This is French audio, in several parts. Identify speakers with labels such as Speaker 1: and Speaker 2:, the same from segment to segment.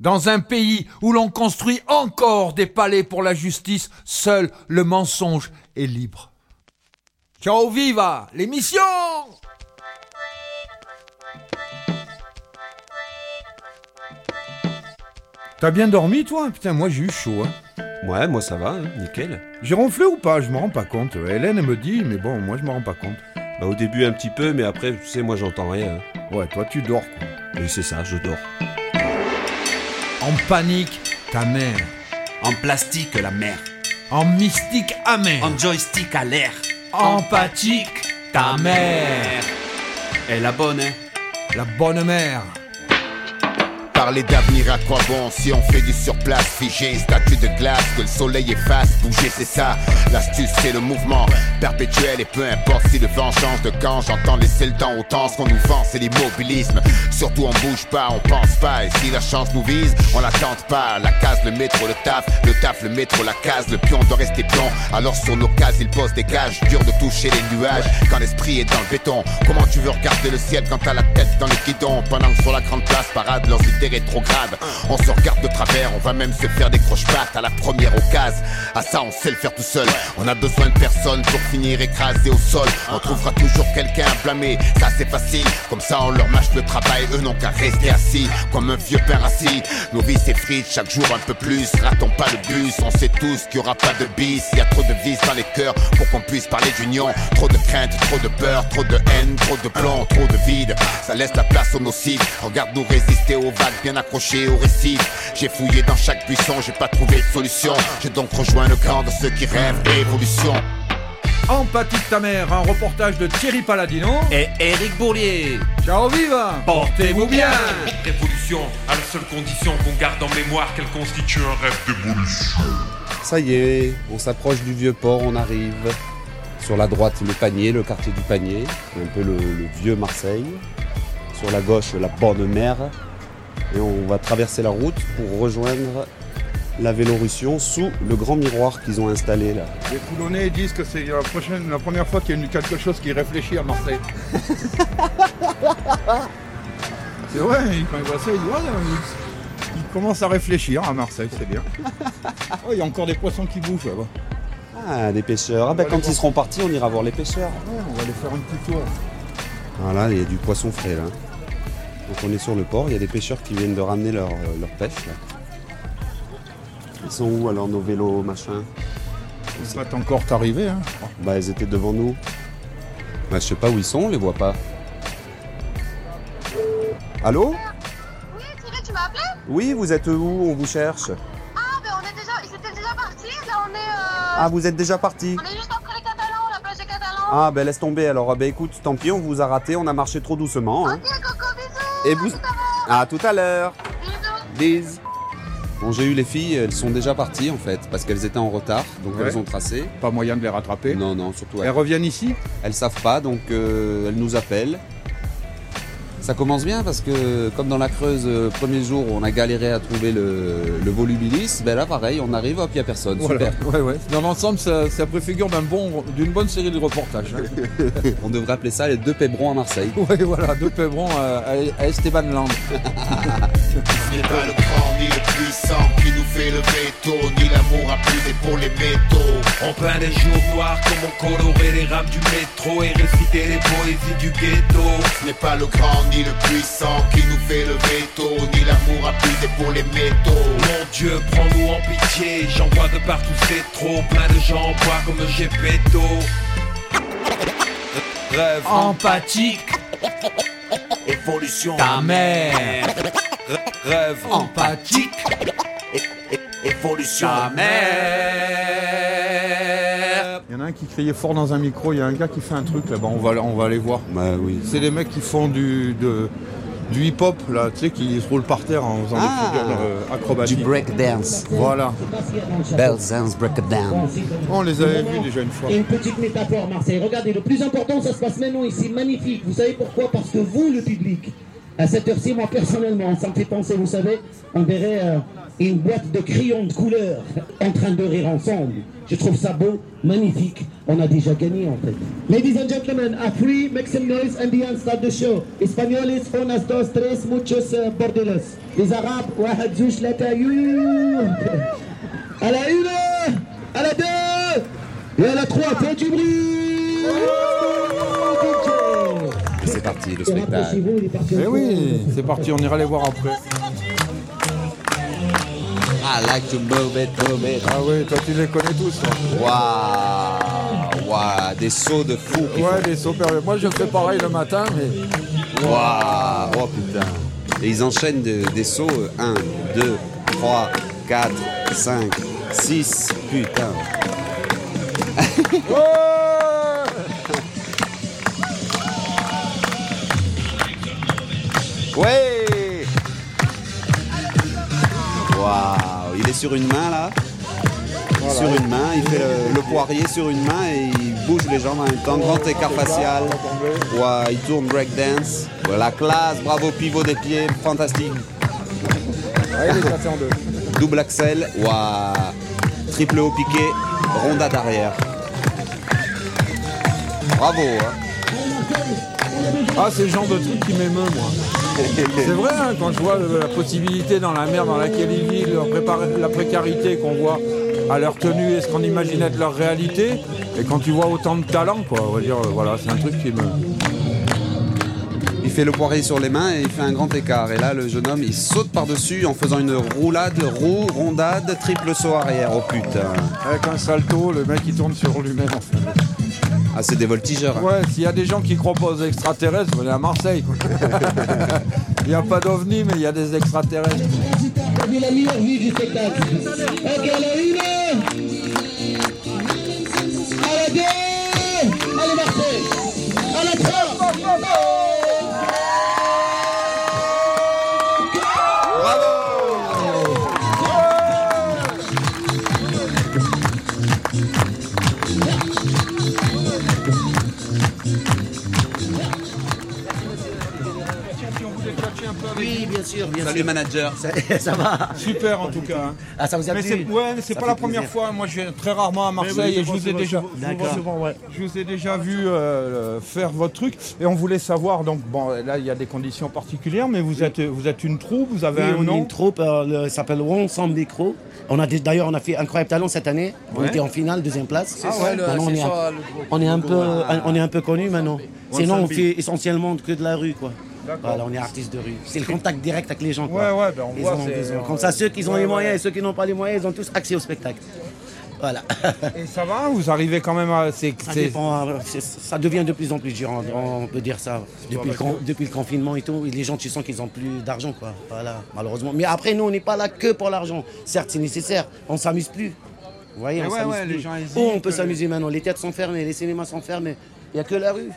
Speaker 1: Dans un pays où l'on construit encore des palais pour la justice, seul le mensonge est libre. Ciao viva l'émission T'as bien dormi toi Putain moi j'ai eu chaud. Hein.
Speaker 2: Ouais, moi ça va, hein, nickel.
Speaker 1: J'ai ronflé ou pas Je me rends pas compte. Hélène elle me dit mais bon moi je me rends pas compte.
Speaker 2: Bah, au début un petit peu, mais après, tu sais, moi j'entends rien. hein.
Speaker 1: Ouais toi tu dors quoi.
Speaker 2: Et c'est ça, je dors.
Speaker 1: En panique ta mère.
Speaker 3: En plastique, la mer.
Speaker 1: En mystique amère.
Speaker 3: En joystick à l'air.
Speaker 1: Empathique ta mère.
Speaker 3: Et la bonne, hein
Speaker 1: La bonne mère.
Speaker 4: Parler d'avenir à quoi bon si on fait du surplace Figé, statue de glace, que le soleil efface Bouger c'est ça, l'astuce c'est le mouvement Perpétuel et peu importe si le vent change de camp J'entends laisser le temps au temps, ce qu'on nous vend c'est l'immobilisme Surtout on bouge pas, on pense pas Et si la chance nous vise, on la tente pas La case, le métro, le taf, le taf, le métro, la case Le pion doit rester pion, alors sur nos cases ils posent des gages Dur de toucher les nuages quand l'esprit est dans le béton Comment tu veux regarder le ciel quand t'as la tête dans le guidon Pendant que sur la grande place parade leurs idées rétrogrades On se regarde de travers, on va même se faire des croche-pattes à la première occasion À ça on sait le faire tout seul On a besoin de personne pour finir écrasé au sol On trouvera toujours quelqu'un à blâmer, ça c'est facile Comme ça on leur mâche le travail, eux n'ont qu'à rester assis Comme un vieux père assis, nos vies s'effritent chaque jour un peu plus Ratons pas le bus, on sait tous qu'il y aura pas de bis Y a trop de vis dans les cœurs pour qu'on puisse parler d'union Trop de crainte, trop de peur, trop de haine, trop de plomb, trop de vide Ça laisse la place aux nocifs, regarde-nous résister aux vagues bien accrochés au récif J'ai fouillé dans chaque buisson, j'ai pas trouvé de solution J'ai donc rejoint le camp de ceux qui rêvent d'évolution
Speaker 1: Empathique ta mère, un reportage de Thierry Paladino.
Speaker 3: Et Eric Bourlier.
Speaker 1: Ciao viva Portez-vous bien
Speaker 5: Révolution, à la seule condition qu'on garde en mémoire qu'elle constitue un rêve d'évolution.
Speaker 2: Ça y est, on s'approche du vieux port, on arrive. Sur la droite, le panier, le quartier du panier, un peu le, le vieux Marseille. Sur la gauche, la borne mer. Et on va traverser la route pour rejoindre la Vélorussion sous le grand miroir qu'ils ont installé là.
Speaker 6: Les Coulonnais disent que c'est la, prochaine- la première fois qu'il y a eu quelque chose qui réfléchit à Marseille. c'est vrai, ils- quand ils voient ça, ils disent Ouais, ils- ils commencent à réfléchir à Marseille, c'est bien. Oh, Il y a encore des poissons qui bougent là-bas.
Speaker 2: Ah, des pêcheurs. Ah, ben quand ils seront partis, on ira voir les pêcheurs.
Speaker 6: Ouais, on va aller faire un petit tour.
Speaker 2: Voilà, il y a du poisson frais là. Donc on est sur le port, il y a des pêcheurs qui viennent de ramener leur, euh, leur pêche là. Ils sont où alors nos vélos, machin
Speaker 6: Ils pas encore t'arriver. Hein.
Speaker 2: Bah ils étaient devant nous. Bah je sais pas où ils sont, on les voit pas. Allô
Speaker 7: Oui, Thierry, tu m'as appelé
Speaker 2: Oui, vous êtes où On vous cherche.
Speaker 7: Ah, ben on est déjà. Ils étaient déjà partis. Là, on est. euh,
Speaker 2: Ah, vous êtes déjà parti
Speaker 7: On est juste après les Catalans, la plage des Catalans.
Speaker 2: Ah, ben laisse tomber alors. Ben écoute, tant pis, on vous a raté, on a marché trop doucement. hein.
Speaker 7: Ok, coco, bisous.
Speaker 2: Et vous. À tout à l'heure
Speaker 7: Bisous.
Speaker 2: Bon, j'ai eu les filles, elles sont déjà parties en fait, parce qu'elles étaient en retard, donc
Speaker 6: Ouais.
Speaker 2: elles ont tracé.
Speaker 6: Pas moyen de les rattraper.
Speaker 2: Non, non, surtout
Speaker 6: Elles
Speaker 2: elles.
Speaker 6: reviennent ici
Speaker 2: Elles savent pas, donc euh, elles nous appellent. Ça commence bien parce que, comme dans la Creuse, euh, premier jour, on a galéré à trouver le, le volubilis, ben là, pareil, on arrive, hop, il n'y a personne. Super.
Speaker 1: Ouais, ouais. Dans l'ensemble, ça, ça préfigure d'un bon, d'une bonne série de reportages. hein.
Speaker 2: On devrait appeler ça les deux pébrons à Marseille.
Speaker 1: ouais, voilà, de Pebron à, à Esteban Land.
Speaker 4: Ce n'est pas le grand ni le puissant qui nous fait le veto Ni l'amour à plus pour les métaux
Speaker 5: En plein des jours noirs, comment colorer les rames du métro et réciter les poésies du ghetto.
Speaker 4: Ce n'est pas le grand ni le puissant qui nous fait le veto Ni l'amour à plus pour les métaux
Speaker 5: Mon Dieu, prends-nous en pitié, j'en vois de partout, c'est trop. Plein de gens en bois comme Gepetto.
Speaker 3: Rêve,
Speaker 1: Empathique
Speaker 3: évolution.
Speaker 1: ta mère
Speaker 3: Rêve,
Speaker 1: Empathique
Speaker 3: évolution.
Speaker 1: ta
Speaker 8: Euh,
Speaker 1: mère
Speaker 6: Il y en a un qui criait fort dans un micro, il y a un gars qui fait un truc là-bas, on va, on va aller voir.
Speaker 2: Bah oui.
Speaker 6: C'est les mecs qui font du, de- du hip-hop, là, tu sais, qui se roulent par terre en faisant
Speaker 2: Ah.
Speaker 6: des figures euh, acrobatiques.
Speaker 2: breakdance.
Speaker 6: Voilà.
Speaker 2: Bell Dance Breakdance.
Speaker 6: On les avait vus déjà une fois.
Speaker 8: Et une petite métaphore, Marseille. Regardez, le plus important, ça se passe maintenant et c'est magnifique. Vous savez pourquoi Parce que vous, le public, À cette heure-ci, moi personnellement, ça me fait penser, vous savez, on verrait euh, une boîte de crayons de couleur en train de rire ensemble. Je trouve ça beau, magnifique. On a déjà gagné en fait. Ladies and gentlemen, a free, make some noise and the end start the show. Espagnolis, unas, dos, tres, muchos euh, bordelos. Les Arabes, wahed, zouch, lata, you. À la une, à la deux, et à la trois, fais du bruit.
Speaker 2: Oh. Et c'est parti, le
Speaker 8: Et
Speaker 2: spectacle.
Speaker 8: rapprochez-vous, il est parti en
Speaker 6: Eh
Speaker 8: courant.
Speaker 6: oui, c'est parti, on ira les voir après.
Speaker 8: Ah,
Speaker 2: I like to move it, move it.
Speaker 6: Ah oui, toi tu les connais tous. hein.
Speaker 2: Waouh, waouh, des sauts de fou. qu'ils
Speaker 6: Ouais, les sauts pervers. Moi je fais pareil le matin, mais.
Speaker 2: font. Waouh, oh putain. Et ils enchaînent de- des sauts euh, 1, 2, 3, 4, 5, 6. Putain. Ouais Waouh, il est sur une main là. Sur une main, il fait le, le poirier sur une main et il bouge les jambes en même temps. Grand écart facial. Ouais, il tourne breakdance. Ouais, la classe, bravo pivot des pieds, fantastique.
Speaker 6: Allez, les en deux.
Speaker 2: Double axel, waouh. Triple haut piqué, ronda d'arrière. Bravo hein.
Speaker 6: Ah, c'est le genre de truc qui m'émeut, moi. C'est vrai, hein, quand je vois euh, la possibilité dans la mer dans laquelle ils vivent, leur prépar- la précarité qu'on voit à leur tenue et ce qu'on imagine être leur réalité, et quand tu vois autant de talent, quoi, on va dire, euh, voilà, c'est un truc qui me.
Speaker 2: Il fait le poirier sur les mains et il fait un grand écart. Et là, le jeune homme, il saute par-dessus en faisant une roulade, roue, rondade, triple saut arrière. Oh putain.
Speaker 6: Avec un salto, le mec il tourne sur lui-même.
Speaker 2: Ah, c'est des voltigeurs. hein.
Speaker 6: Ouais, s'il y a des gens qui croient pas aux extraterrestres, venez à Marseille. quoi. il n'y a pas d'ovni, mais il y a des extraterrestres.
Speaker 8: C'est la meilleure vie du spectacle. Ok, à la une. À la deux. Allez, Marseille. À la trois.
Speaker 9: Oui, bien sûr, bien
Speaker 2: Salut manager.
Speaker 9: sûr. Ça va
Speaker 6: Super en tout cas. hein.
Speaker 9: Ah, ça vous a
Speaker 6: Mais c'est
Speaker 9: plu
Speaker 6: ouais, mais c'est pas la première fois. Moi, je viens très rarement à Marseille et je vous ai déjà,
Speaker 9: D'accord.
Speaker 6: je vous ai déjà vu euh, faire votre truc. Et on voulait savoir. Donc bon, là, il y a des conditions particulières, mais vous êtes, vous êtes une troupe, vous avez
Speaker 9: Oui,
Speaker 6: un
Speaker 9: on est
Speaker 6: nom.
Speaker 9: une troupe, euh, le- ça s'appelle Ron sans micro. On a dé- d'ailleurs on a fait incroyable talent cette année. On était en finale, deuxième place. Maintenant, on, est un- on est un peu, un- on est un peu connu maintenant. Sinon on fait essentiellement que de la rue quoi. Voilà, on est artiste de rue. C'est le contact direct avec les gens. quoi.
Speaker 6: Ouais, ouais, ben, on
Speaker 9: Ils
Speaker 6: voit,
Speaker 9: ont-
Speaker 6: c'est-
Speaker 9: ils ont- Comme ça, ceux qui ont
Speaker 6: Ouais,
Speaker 9: les
Speaker 6: ouais.
Speaker 9: moyens et ceux qui n'ont pas les moyens, ils ont tous accès au spectacle. Voilà.
Speaker 6: Et ça va Vous arrivez quand même à. c'est-
Speaker 9: Ça,
Speaker 6: c'est-
Speaker 9: dépend, euh, c'est- ça devient de plus en plus dur, on- on peut dire ça. Depuis, le, con- depuis le confinement et tout, et les gens, tu sens qu'ils n'ont plus d'argent, quoi. Voilà, malheureusement. Mais après, nous, on n'est pas là que pour l'argent. Certes, c'est nécessaire, on s'amuse plus. Vous voyez,
Speaker 6: Mais
Speaker 10: Eh
Speaker 9: on
Speaker 6: ouais,
Speaker 9: s'amuse
Speaker 6: ouais,
Speaker 9: plus.
Speaker 6: les gens hésitent,
Speaker 9: Où on peut
Speaker 6: euh,
Speaker 9: s'amuser maintenant Les théâtres sont fermés, les cinémas sont fermés. Il n'y a que la rue.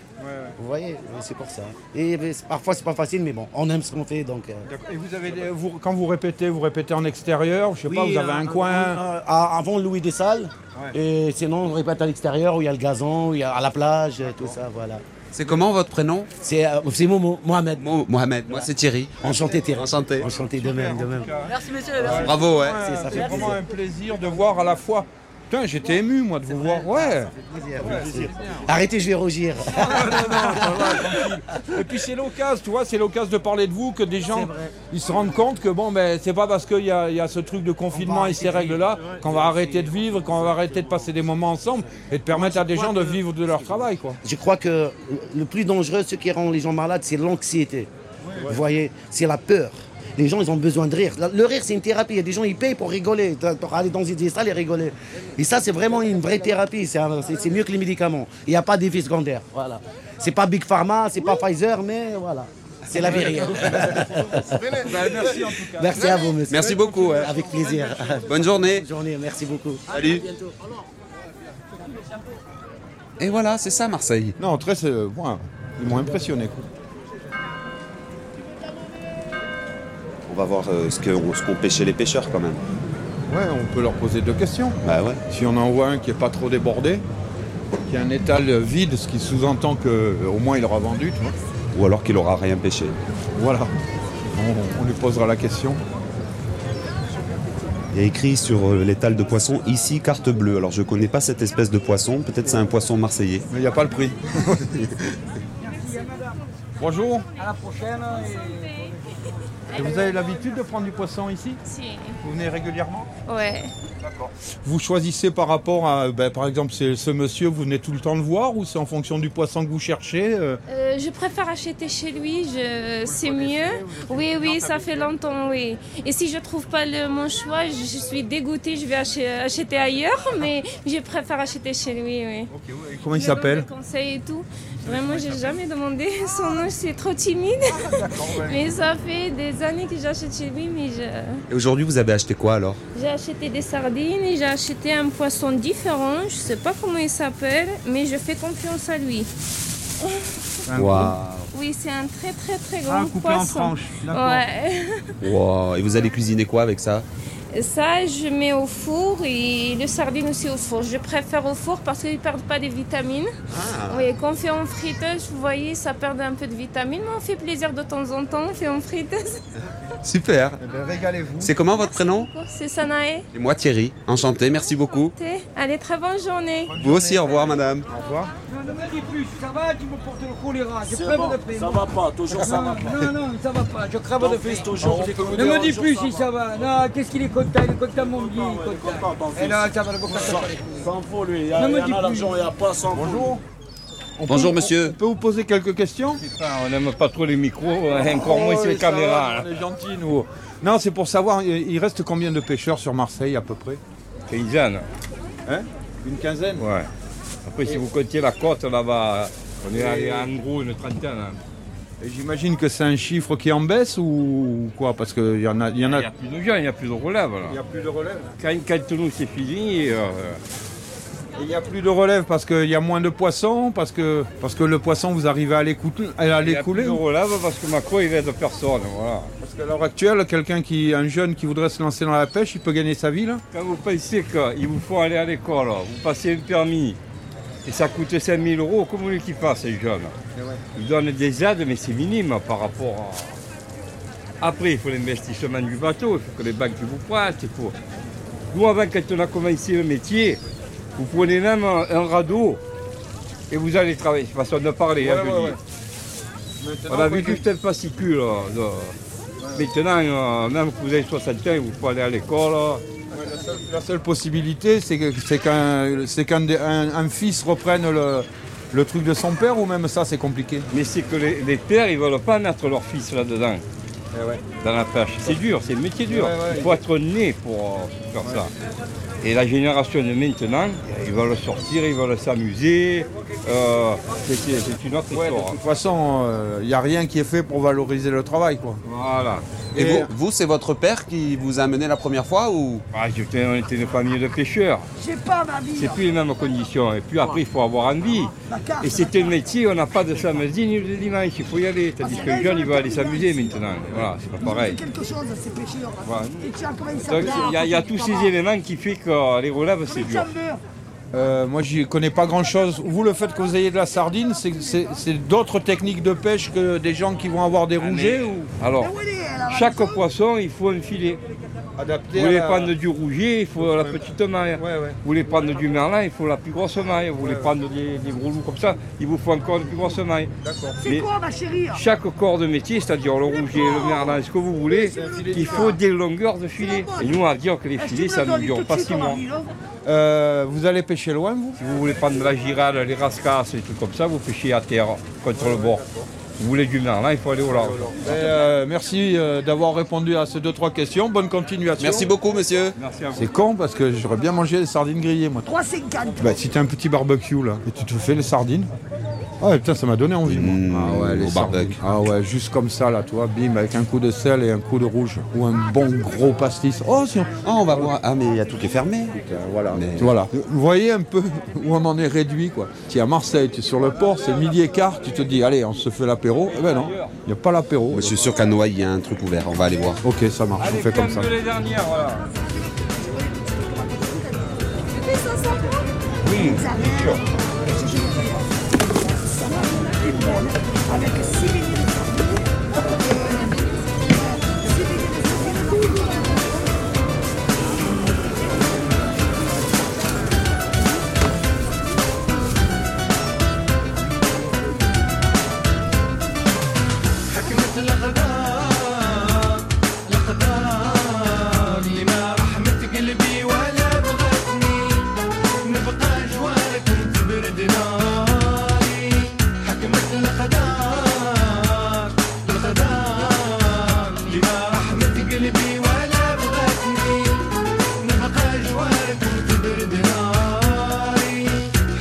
Speaker 9: Vous voyez, euh, c'est pour ça. Et euh, c'est- parfois, c'est pas facile, mais bon, on aime ce qu'on fait, donc... euh,
Speaker 6: Et vous avez des- vous- quand vous répétez, vous répétez en extérieur. Je sais pas,
Speaker 9: oui,
Speaker 6: vous avez
Speaker 9: euh,
Speaker 6: un
Speaker 9: euh,
Speaker 6: coin.
Speaker 9: euh, à- avant Louis des Salles. Et sinon, on répète à l'extérieur, où il y a le gazon, où il y a à la plage, euh, tout ça, voilà.
Speaker 2: C'est comment votre prénom
Speaker 9: C'est euh, c'est Momo, Mohamed.
Speaker 2: Mo- Mohamed. Moi, c'est Thierry.
Speaker 9: Enchanté, Thierry.
Speaker 2: Enchanté.
Speaker 9: Enchanté de même, de même.
Speaker 2: Bravo, ouais.
Speaker 6: Ouais,
Speaker 9: ça fait
Speaker 6: c'est vraiment
Speaker 9: plaisir.
Speaker 6: un plaisir de voir à la fois. Putain, j'étais ému moi de vous voir. Ouais.
Speaker 9: Arrêtez, je vais rougir.
Speaker 6: Et puis c'est l'occasion, tu vois, c'est l'occasion de parler de vous, que des gens, ils se rendent compte que bon, ben c'est pas parce qu'il y a, il y a ce truc de confinement et ces règles-là qu'on va arrêter de vivre, qu'on va arrêter de passer des moments ensemble et de permettre à des gens de vivre de leur travail, quoi.
Speaker 9: Je crois que le plus dangereux, ce qui rend les gens malades, c'est l'anxiété. Vous voyez, c'est la peur. Les gens, ils ont besoin de rire. La- Le rire, c'est une thérapie. Il y a des gens, ils payent pour rigoler, T'as- pour aller dans une salle et rigoler. Et ça, c'est vraiment une vraie thérapie. C'est un- C'est c'est mieux que les médicaments. Il n'y a pas d'effet secondaire. Voilà. C'est pas Big Pharma, c'est pas Pfizer, mais voilà. C'est la vérité.
Speaker 6: Bah, merci en tout cas.
Speaker 9: Merci à vous, monsieur.
Speaker 2: Merci beaucoup. ouais.
Speaker 9: Avec plaisir.
Speaker 2: Bonne journée.
Speaker 9: Bonne journée, merci beaucoup.
Speaker 2: Salut. Et voilà, c'est ça Marseille.
Speaker 6: Non, très, c'est, euh, moi, ils m'ont impressionné. quoi.
Speaker 2: On va voir euh, ce que- ce qu'ont pêché les pêcheurs quand même.
Speaker 6: Ouais, on peut leur poser deux questions.
Speaker 2: Bah ouais.
Speaker 6: Si on en voit un qui est pas trop débordé, qui a un étal euh, vide, ce qui sous-entend que euh, au moins il aura vendu, tu vois.
Speaker 2: ou alors qu'il aura rien pêché.
Speaker 6: Voilà. On, on lui posera la question.
Speaker 2: Il y a écrit sur euh, l'étal de poisson ici carte bleue. Alors je connais pas cette espèce de poisson, peut-être c'est un poisson marseillais.
Speaker 6: Mais il n'y a pas le prix. Bonjour.
Speaker 11: À la prochaine.
Speaker 6: Et vous avez l'habitude de prendre du poisson ici Vous venez régulièrement
Speaker 11: Ouais.
Speaker 6: Vous choisissez par rapport à, ben, par exemple, c'est- ce monsieur, vous venez tout le temps le voir ou c'est en fonction du poisson que vous cherchez euh,
Speaker 12: Euh, je préfère acheter chez lui, je... c'est mieux. Oui, oui, ça fait longtemps, oui. Et si je trouve pas le, mon choix, je suis dégoûtée, je vais ach- acheter ailleurs, mais je préfère acheter chez lui, oui.
Speaker 6: et Comment il
Speaker 12: Je donne
Speaker 6: s'appelle
Speaker 12: des conseils et tout. Vraiment, j'ai jamais demandé son nom, c'est trop timide. Mais ça fait des années que j'achète chez lui, mais je-
Speaker 2: Et aujourd'hui vous avez acheté quoi alors
Speaker 12: j'ai acheté des sardines et j'ai acheté un poisson différent. Je sais pas comment il s'appelle, mais je fais confiance à lui.
Speaker 2: Waouh
Speaker 12: Oui, c'est un très très très
Speaker 6: Ah,
Speaker 12: grand
Speaker 6: coupé en
Speaker 12: poisson.
Speaker 6: tranches, d'accord.
Speaker 12: Ouais.
Speaker 2: Waouh. Et vous allez cuisiner quoi avec ça
Speaker 12: Ça, je mets au four et le sardine aussi au four. Je préfère au four parce qu'ils ne perdent pas de vitamines.
Speaker 2: Ah.
Speaker 12: Oui, quand on fait en friteuse, vous voyez, ça perd un peu de vitamines, mais on fait plaisir de temps en temps, on fait en friteuse. Oh,
Speaker 2: Super
Speaker 6: Régalez-vous.
Speaker 2: C'est comment votre prénom
Speaker 12: C'est Sanae.
Speaker 2: Et ben, moi Thierry. Enchanté, merci beaucoup.
Speaker 12: T'es- Allez, très bonne journée.
Speaker 2: Vous aussi, au revoir madame.
Speaker 6: Au revoir.
Speaker 11: Je ne me dis plus, ça va, tu me portes le choléra, je
Speaker 9: C'est
Speaker 11: crève
Speaker 9: bon,
Speaker 11: de faim.
Speaker 9: ça va pas, toujours ça va pas.
Speaker 11: Non, non, ça va pas, je crève
Speaker 9: Ton
Speaker 11: de
Speaker 9: fils,
Speaker 11: faim.
Speaker 9: toujours, il est
Speaker 11: ne
Speaker 9: content,
Speaker 11: me dis
Speaker 9: toujours
Speaker 11: plus
Speaker 9: ça
Speaker 11: si
Speaker 9: va.
Speaker 11: ça va. Non, qu'est-ce qu'il est content, il est content, mon vieux, il est content. Et là, ça va le copain, ça va.
Speaker 9: S'en fout lui, il y
Speaker 11: Ne
Speaker 9: a,
Speaker 11: me
Speaker 9: il y en
Speaker 11: dis
Speaker 9: a
Speaker 11: plus.
Speaker 9: l'argent, il n'y a pas sans
Speaker 6: Bonjour.
Speaker 9: On
Speaker 6: Bonjour,
Speaker 9: monsieur.
Speaker 6: On peut vous poser quelques questions
Speaker 13: on n'aime pas trop les micros, hein,
Speaker 6: Oh, oui, ça va, On est gentils, nous. Non, c'est pour savoir, il il reste combien de pêcheurs sur Marseille à peu près
Speaker 13: Paysanne.
Speaker 6: Hein Une quinzaine
Speaker 13: Ouais. Après, si vous comptiez la côte là-bas, on est allé en gros une trentaine. hein.
Speaker 6: Et J'imagine que c'est un chiffre qui est en baisse ou quoi Parce qu'il y en a. il Y en
Speaker 13: Il
Speaker 6: a...
Speaker 13: n'y a plus de viande, il n'y a plus de relève. Là.
Speaker 6: Il n'y a plus de relève.
Speaker 13: Ah, Quand, quand nous c'est fini, euh,
Speaker 6: Et Il n'y a plus de relève parce qu'il y a moins de poissons, parce que, parce que le poisson, vous arrivez à l'écouler à
Speaker 13: il n'y a plus
Speaker 6: l'écouler
Speaker 13: de relève parce que Macron il aide personne. Voilà.
Speaker 6: Parce qu'à l'heure actuelle, quelqu'un qui, un jeune qui voudrait se lancer dans la pêche, il peut gagner sa vie là
Speaker 13: Quand vous pensez qu'il vous faut aller à l'école, vous passez un permis, et ça coûte 5000 euros, comment voulez qu'il fasse, ces jeunes Ils donnent des aides, mais c'est minime par rapport à. Après, il faut l'investissement du bateau, il faut que les banques vous prêtent. il faut- Nous, avant, quand on a commencé le métier, vous prenez même un, un radeau et vous allez travailler. C'est façon de parler, hein,
Speaker 6: Ouais,
Speaker 13: je
Speaker 6: ouais,
Speaker 13: dis. On a vu juste un fascicule. euh, de- Maintenant, euh, même que vous avez 60 ans, il vous faut aller à l'école. euh,
Speaker 6: La seule, la seule possibilité, c'est que- c'est qu'un c'est qu'un des- un- un fils reprenne le, le truc de son père ou même ça, c'est compliqué.
Speaker 13: Mais c'est que les, les pères, ils veulent pas mettre leur fils là-dedans,
Speaker 6: Eh
Speaker 13: dans la pêche. C'est dur, c'est le métier dur.
Speaker 6: Ouais, ouais,
Speaker 13: il faut être né pour, euh, pour faire ça. Et la génération de maintenant, ils veulent sortir, ils veulent s'amuser. euh, c'est- c'est c'est une autre
Speaker 6: De
Speaker 13: histoire.
Speaker 6: toute façon, il n'y a rien qui est fait pour valoriser le travail, quoi.
Speaker 13: Voilà. euh,
Speaker 2: Et, vous, vous c'est votre père qui vous a amené la première fois ou
Speaker 13: Ah, j'étais- on était une famille de pêcheurs.
Speaker 11: J'ai pas ma vie.
Speaker 13: C'est plus les mêmes conditions. Et puis après, il faut avoir envie. Et c'est un métier, on n'a pas de samedi ni de dimanche, il faut y aller. Tandis que le jeune, il va aller s'amuser maintenant. Voilà, c'est pas pareil.
Speaker 10: quelque chose, c'est pêcheur.
Speaker 13: Voilà.
Speaker 10: Et tu as comment il
Speaker 13: Donc
Speaker 10: s'appelle
Speaker 13: il y, a- il y a tous ces éléments qui font que euh, les relèves, c'est dur.
Speaker 6: Euh, moi, j'y connais pas grand-chose. Vous, le fait que vous ayez de la sardine, c'est- c'est c'est d'autres techniques de pêche que des gens qui vont avoir des rougets ou...
Speaker 13: Ah, Alors, chaque poisson, il faut un filet.
Speaker 6: Adapté
Speaker 13: Vous voulez
Speaker 6: à la-
Speaker 13: prendre du rouget, il faut la petite maille. Vous voulez prendre du merlan, il faut la plus grosse maille. Vous voulez prendre des, des gros loups comme ça, il vous faut encore une plus grosse maille.
Speaker 10: C'est
Speaker 13: Mais
Speaker 10: quoi, ma chérie
Speaker 13: chaque corps de métier, c'est-à-dire le rouget, le merlan, ce que vous voulez, il faut des longueurs de filet. Et nous, on va dire que les filets, ça ne dure pas six mois.
Speaker 6: Euh, vous allez pêcher loin, vous
Speaker 13: Si vous voulez prendre de la girale, les rascasses, et tout comme ça, vous pêchez à terre, contre le bord. Vous voulez du merlan, il faut aller au large.
Speaker 6: Et, euh, merci euh, d'avoir répondu à ces deux trois questions. Bonne continuation.
Speaker 13: Merci
Speaker 2: beaucoup, monsieur.
Speaker 13: Merci à vous.
Speaker 6: C'est con parce que j'aurais bien mangé des sardines grillées, moi.
Speaker 10: 3,50.
Speaker 6: Bah, si t'as un petit barbecue là, et tu te fais les sardines. Ah ouais, putain, ça m'a donné envie,
Speaker 2: Mmh,
Speaker 6: moi. Ah ouais, les sardines. Ah ouais, juste comme ça, là, toi, bim, avec un coup de sel et un coup de rouge. Ou un bon gros pastis. Oh, si on...
Speaker 2: on va voir. Ah, mais il y a tout qui est fermé.
Speaker 6: voilà. Voilà. Vous voyez un peu où on en est réduit, quoi. Si à Marseille, tu es sur le port, c'est midi et quart, tu te dis, allez, on se fait l'apéro. Eh ben non, il n'y a pas l'apéro.
Speaker 2: Je suis sûr qu'à Noailles, il y a un truc ouvert. On va aller voir.
Speaker 6: Ok, ça marche.
Speaker 2: on fait comme ça.
Speaker 13: les dernières, voilà.
Speaker 10: Oui, bien sûr.
Speaker 11: حكمت الأغلال الأقدار اللي ما رحمت قلبي ولا بغتني نبقى جواركم تبرد ناري حكمت الأقدار الأقدار اللي ما رحمت قلبي ولا بغتني نبقى جواركم تبرد ناري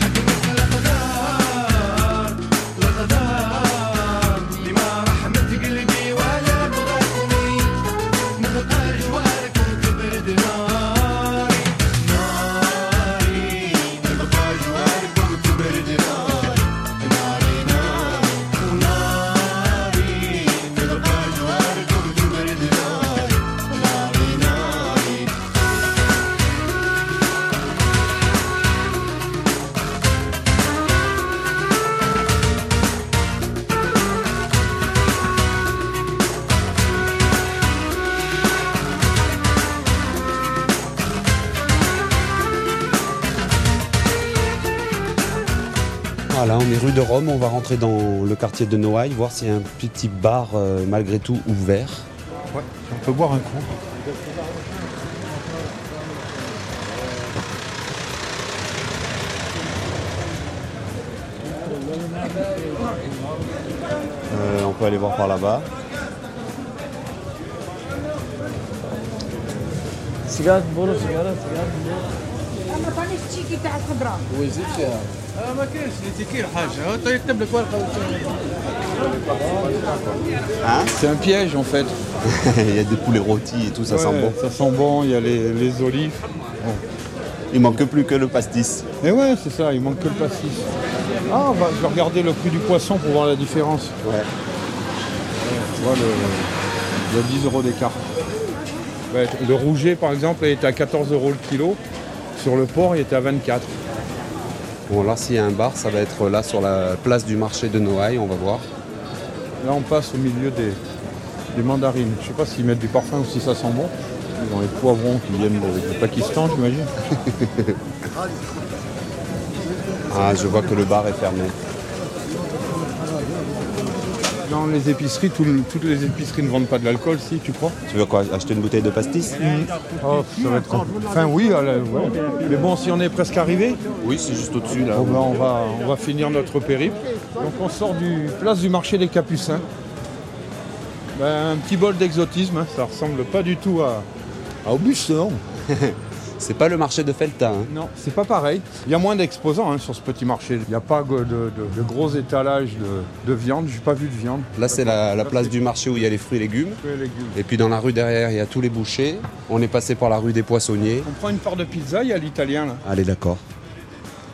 Speaker 11: حكمت الأقدار الأقدار اللي ما رحمت قلبي ولا بغتني نبقى جواركم تبرد ناري ناري نبقى جواركم تبرد ناري ناري ناري وناري نبقى جواركم تبرد ناري ناري ناري
Speaker 2: Voilà, on est rue de Rome, on va rentrer dans le quartier de Noailles, voir s'il y a un petit bar euh, malgré tout ouvert.
Speaker 13: Ouais, on peut boire un coup.
Speaker 2: Euh, on peut aller voir par là-bas.
Speaker 14: سيجارة بولو سيجارة سيجارة بولو
Speaker 15: اما طاني التيكي تاع الخضره
Speaker 16: وزيد فيها ما كاينش اللي تيكير حاجه هو يكتب لك ورقه
Speaker 2: Hein
Speaker 6: C'est un piège en fait.
Speaker 2: il y a des poulets rôtis et tout, ça
Speaker 6: Ouais,
Speaker 2: sent bon.
Speaker 6: Ça sent bon, il y a les, les olives.
Speaker 2: Il manque plus que le pastis.
Speaker 6: Mais ouais, c'est ça, il manque que le pastis. Ah, bah, je vais regarder le prix du poisson pour voir la différence.
Speaker 2: Ouais.
Speaker 6: Tu vois, le, il y a 10 euros d'écart. Ouais, le rouget, par exemple, il était à 14 euros le kilo. Sur le porc, il était à 24.
Speaker 2: Bon, là, s'il y a un bar, ça va être là sur la place du marché de Noailles, on va voir.
Speaker 6: Là, on passe au milieu des, des mandarines. Je sais pas s'ils mettent du parfum ou si ça sent bon. Ils ont les poivrons qui viennent de- du Pakistan, j'imagine.
Speaker 2: Ah, je vois que le bar est fermé.
Speaker 6: Dans les épiceries, tout le- toutes les épiceries ne vendent pas de l'alcool, si, tu crois
Speaker 2: Tu veux quoi Acheter une bouteille de pastis
Speaker 6: Oh, ça va être compliqué. Enfin, oui, à la- ouais. mais bon, si on est presque arrivé.
Speaker 2: Oui, c'est juste au-dessus, là.
Speaker 6: Bon, ben, on, va, on va finir notre périple. Donc, on sort du place du marché des Capucins. Ben, un petit bol d'exotisme, hein. ça ressemble pas du tout à, à Aubuste, non
Speaker 2: C'est pas le marché de hein. Felta.
Speaker 6: Non, c'est pas pareil. Il y a moins d'exposants hein, sur ce petit marché. Il n'y a pas de, de- de gros étalages de, de viande. J'ai pas vu de viande.
Speaker 2: Là, c'est la, la place du marché où il y a les fruits et légumes.
Speaker 6: Fruits et légumes.
Speaker 2: Et puis dans la rue derrière, il y a tous les bouchers. On est passé par la rue des poissonniers.
Speaker 6: On prend une part de pizza, il y a l'italien là.
Speaker 2: Allez, d'accord.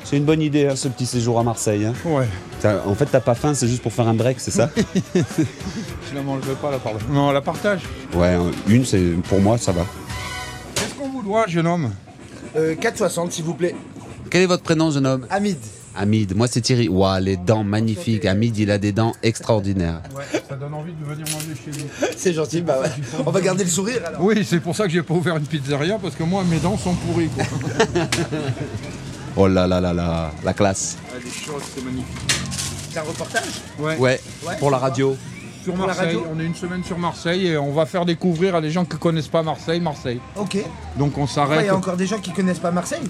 Speaker 2: C'est une bonne idée, hein, ce petit séjour à Marseille. hein.
Speaker 6: Ouais.
Speaker 2: T'as- en fait, t'as pas faim, c'est juste pour faire un break, c'est ça
Speaker 6: Je la mange pas la part. Non, on la partage.
Speaker 2: Ouais, euh, une, c'est pour moi, ça va.
Speaker 6: Qu'est-ce qu'on vous doit, jeune homme
Speaker 10: 4,60 Euh, s'il vous plaît.
Speaker 2: Quel est votre prénom, jeune homme
Speaker 10: Hamid.
Speaker 2: Hamid, moi c'est Thierry. Waouh, les dents magnifiques. Hamid, il a des dents extraordinaires.
Speaker 6: Ça donne envie de venir manger chez nous.
Speaker 10: C'est gentil, bah ouais. On va garder le sourire alors.
Speaker 6: Oui, c'est pour ça que j'ai pas ouvert une pizzeria parce que moi mes dents sont pourries. Quoi.
Speaker 2: Oh là là là là, la classe.
Speaker 6: les choses, c'est magnifique.
Speaker 10: C'est un reportage
Speaker 6: Ouais.
Speaker 2: Ouais, pour la radio.
Speaker 6: Sur
Speaker 10: Pour la
Speaker 6: Marseille,
Speaker 10: radio.
Speaker 6: on est une semaine sur Marseille et on va faire découvrir à des gens qui connaissent pas Marseille, Marseille.
Speaker 10: Ok.
Speaker 6: Donc
Speaker 10: Pourquoi
Speaker 6: on
Speaker 10: Il
Speaker 6: s'arrête.
Speaker 10: y a encore des gens qui connaissent pas Marseille.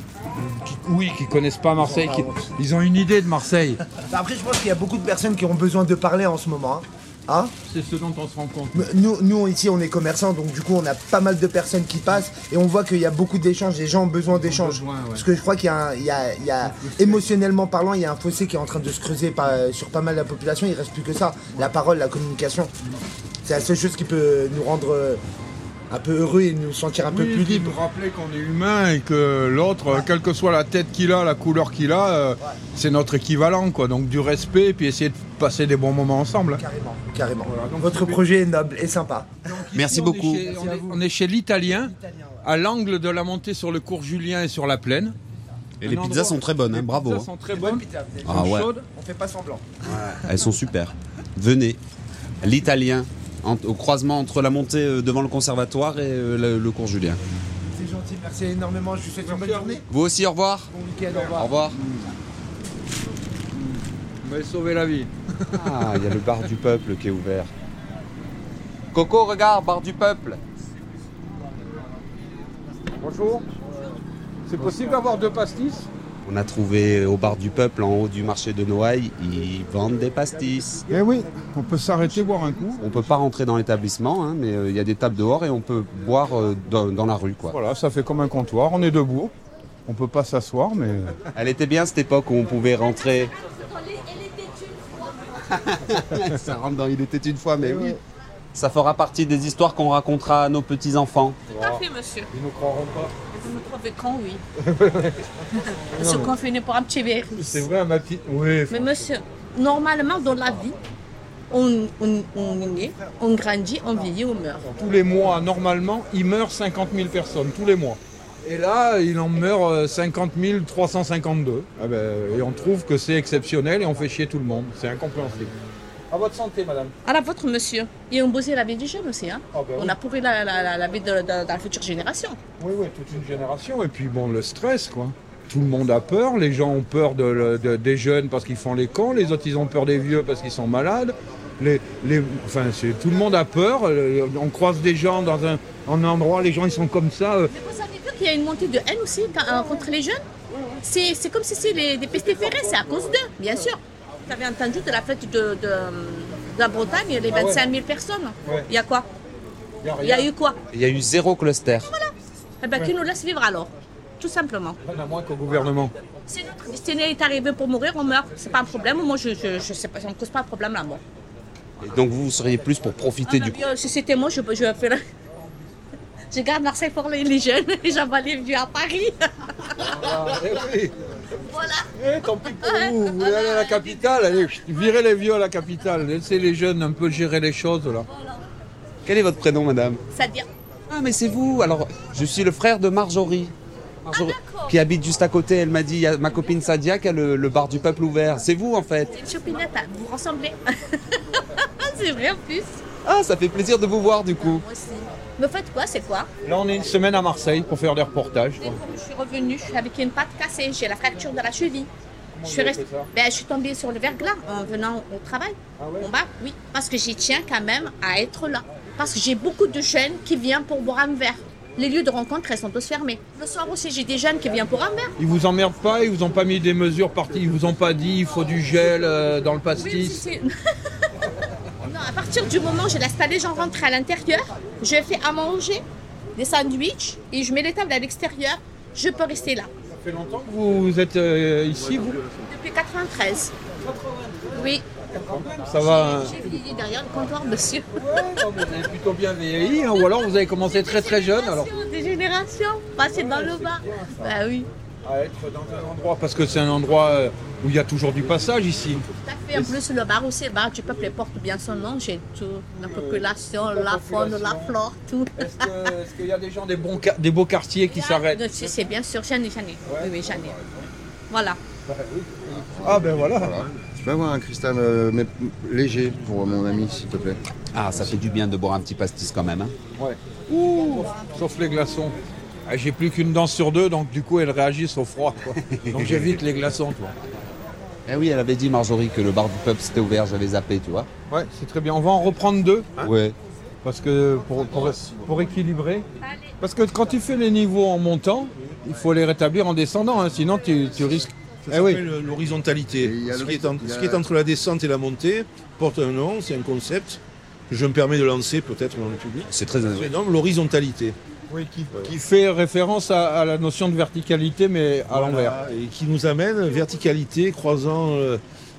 Speaker 6: Oui, qui connaissent pas Marseille, qui- ils ont une idée de Marseille.
Speaker 10: Bah, Après, je pense qu'il y a beaucoup de personnes qui ont besoin de parler en ce moment. hein. Hein
Speaker 6: C'est ce dont on se rend compte.
Speaker 10: Mais nous, nous, ici, on est commerçants, donc du coup, on a pas mal de personnes qui passent et on voit qu'il y a beaucoup d'échanges. Les gens ont besoin d'échanges. Parce que je crois qu'il y a, un- il y a- il y a- émotionnellement parlant, il y a un fossé qui est en train de se creuser par- euh, sur pas mal de la population. Il reste plus que ça la parole, la communication. C'est la seule chose qui peut nous rendre euh, un peu heureux et nous sentir un peu
Speaker 6: Oui,
Speaker 10: plus
Speaker 6: puis
Speaker 10: libres.
Speaker 6: nous rappeler qu'on est humain et que l'autre, euh, quelle que soit la tête qu'il a, la couleur qu'il a, euh, c'est notre équivalent, quoi. Donc du respect et puis essayer de passer des bons moments ensemble.
Speaker 10: Carrément, carrément. Votre projet est noble et sympa.
Speaker 6: Merci beaucoup. on, est, on est chez l'Italien, à l'angle de la montée sur le cours Julien et sur la plaine.
Speaker 2: Et
Speaker 6: un
Speaker 2: les pizzas
Speaker 6: endroit-
Speaker 2: sont très bonnes, hein,
Speaker 6: les
Speaker 2: bravo,
Speaker 6: pizzas
Speaker 2: hein.
Speaker 6: sont très bonnes.
Speaker 2: Ah ouais.
Speaker 6: chaudes.
Speaker 10: On fait pas semblant.
Speaker 2: Elles sont super. Venez. L'italien, en- au croisement entre la montée euh, devant le conservatoire et euh, le, le cours Julien.
Speaker 10: C'est gentil, merci énormément. Je vous souhaite une bonne journée.
Speaker 2: Vous aussi, au revoir.
Speaker 10: Bon week-end, au revoir.
Speaker 2: Au revoir.
Speaker 1: Vous m'avez sauvé la vie.
Speaker 2: Ah, il y a le bar du peuple qui est ouvert. Coco, regarde, bar du peuple.
Speaker 6: Bonjour. C'est possible d'avoir deux pastis
Speaker 2: On a trouvé au bar du peuple, en haut du marché de Noailles, ils vendent des pastis.
Speaker 13: Eh oui, on peut s'arrêter boire un coup.
Speaker 2: On peut pas rentrer dans l'établissement, hein, mais euh, il y a des tables dehors et on peut boire euh, dans, dans la rue. Quoi.
Speaker 13: Voilà, ça fait comme un comptoir, on est debout. On peut pas s'asseoir, mais. euh,
Speaker 2: Elle était bien cette époque où on pouvait rentrer. ça rentre dans Il était une fois, mais oui. Eh Ça fera partie des histoires qu'on racontera à nos petits-enfants.
Speaker 17: Tout à fait, monsieur.
Speaker 2: Ils nous croiront pas.
Speaker 17: Vous nous trouvez quand, oui.
Speaker 13: Non,
Speaker 17: On se
Speaker 13: mais-
Speaker 17: confine pour un petit verre.
Speaker 13: C'est vrai, ma petite. Oui.
Speaker 17: Mais monsieur, normalement, dans la vie, on, on, on est, on grandit, on vieillit, on meurt.
Speaker 6: Tous les mois, normalement, il meurt 50 000 personnes, tous les mois. Et là, il en meurt euh, 50 352. Ah ben, et on trouve que c'est exceptionnel et on fait chier tout le monde. C'est incompréhensible. À votre santé, madame.
Speaker 17: À la vôtre, monsieur. Et on bossait la vie des jeunes aussi.
Speaker 2: Ah,
Speaker 17: Hein.
Speaker 2: ben
Speaker 17: on a pourri la, la- la- la vie de, de- de la future génération.
Speaker 6: Oui, oui, toute une génération. Et puis bon, le stress, quoi. Tout le monde a peur. Les gens ont peur de le- de- des jeunes parce qu'ils font les camps. Les autres, ils ont peur des vieux parce qu'ils sont malades. Les, les- enfin, c'est- tout le monde a peur. Euh, On croise des gens dans un, en un endroit, les gens, ils sont comme ça. euh.
Speaker 17: Vous savez vu qu'il y a une montée de haine aussi quand- euh, contre les jeunes C'est c'est comme si c'est les- des pestiférés, c'est à cause d'eux, bien sûr. Vous avez entendu de la fête de, de- de la Bretagne, les
Speaker 2: Ah ouais.
Speaker 17: 25 000 personnes.
Speaker 2: Ouais.
Speaker 17: Il y a quoi Il y a eu quoi
Speaker 2: Il y a eu zéro cluster.
Speaker 17: Eh bien,
Speaker 2: Ouais.
Speaker 17: qui nous laisse vivre alors Tout simplement.
Speaker 6: Au gouvernement.
Speaker 17: Si notre destinée est arrivée pour mourir, on meurt. C'est pas un problème. Moi, je je, je sais pas, ça me cause pas de problème la mort.
Speaker 2: Et donc vous seriez plus pour profiter du
Speaker 17: Euh, Si c'était moi, je, je fais la- Je garde Marseille pour les, les jeunes et j'envoie les vieux à Paris.
Speaker 6: Voilà. Eh, tant pis pour vous. Vous voulez aller à la capitale Allez, chut, virez les vieux à la capitale. Laissez les jeunes un peu gérer les choses, là.
Speaker 2: Quel est votre prénom, madame
Speaker 17: C'est-à-dire
Speaker 2: Ah, mais c'est vous Alors, je suis le frère de Marjorie. Marjorie, qui habite juste à côté. Elle m'a dit, il y a ma copine Sadia qui a le, le bar du peuple ouvert. C'est vous, en fait.
Speaker 17: Chopinata, hein. vous ressemblez. c'est vrai en plus.
Speaker 2: Ah, ça fait plaisir de vous voir, du coup.
Speaker 17: Moi aussi. Me faites quoi C'est quoi
Speaker 6: Là, on est une semaine à Marseille pour faire des reportages. quoi.
Speaker 17: Je suis revenue avec une patte cassée, j'ai la fracture de la cheville. Je suis, restée- ben, je suis tombée sur le verglas en venant au travail. Bon, bah, oui, parce que j'y tiens quand même à être là. Parce que j'ai beaucoup de jeunes qui viennent pour boire un verre. Les lieux de rencontre, elles sont tous fermés. Le soir aussi, j'ai des jeunes qui viennent pour un verre.
Speaker 6: Ils vous emmerdent pas, ils vous ont pas mis des mesures parties, ils vous ont pas dit il faut du gel euh, dans le
Speaker 17: Oui,
Speaker 6: pastis.
Speaker 17: si, si. non, à partir du moment où je laisse pas les gens rentrer à l'intérieur, je fais à manger des sandwichs et je mets les tables à l'extérieur, je peux rester là.
Speaker 6: Ça fait longtemps que vous êtes euh, ici, vous
Speaker 17: Depuis 93. Oui.
Speaker 6: Ça va
Speaker 17: J'ai vieilli derrière le comptoir, monsieur.
Speaker 6: plutôt bien vieilli, hein, ou alors vous avez commencé très très jeune alors.
Speaker 17: Des générations passées dans le bar. Bah oui.
Speaker 6: À être dans un endroit, parce que c'est un endroit euh, où il y a toujours du passage ici.
Speaker 17: Et en plus, le bar aussi, le bar du peuple porte bien son nom. J'ai tout. La population, la faune, la flore, tout.
Speaker 6: Euh, Est-ce qu'il y a des gens des, bons qua- des beaux quartiers qui s'arrêtent
Speaker 17: Si, c'est bien sûr, j'en ai, j'en ai. Oui, oui, j'en ai. Voilà.
Speaker 6: Ah ben voilà.
Speaker 18: Tu peux avoir un cristal euh, mais, léger pour mon ami, s'il te plaît.
Speaker 2: Ah, ça fait du bien de boire un petit pastis quand même. hein.
Speaker 6: Ouais. Ouh, sauf les glaçons. Ah, J'ai plus qu'une dent sur deux, donc du coup elles réagissent au froid. quoi. Donc j'évite les glaçons, toi.
Speaker 2: Eh oui, elle avait dit, Marjorie, que le bar du peuple s'était ouvert. J'avais zappé, tu vois.
Speaker 6: Ouais, c'est très bien. On va en reprendre deux.
Speaker 2: ouais.
Speaker 6: Parce que pour, pour- pour équilibrer. Parce que quand tu fais les niveaux en montant, il faut les rétablir en descendant, hein, sinon tu, tu risques.
Speaker 19: Ça
Speaker 6: Eh oui.
Speaker 19: s'appelle l'horizontalité.
Speaker 18: y a
Speaker 19: Ce,
Speaker 18: le
Speaker 19: qui est en-
Speaker 18: il y a-
Speaker 19: ce qui est entre la descente et la montée porte un nom, c'est un concept que je me permets de lancer peut-être dans le public.
Speaker 2: C'est très
Speaker 19: énorme. L'horizontalité.
Speaker 6: Oui, qui, qui fait référence à, à la notion de verticalité, mais à l'envers.
Speaker 19: Voilà, Et qui nous amène verticalité, croisant euh,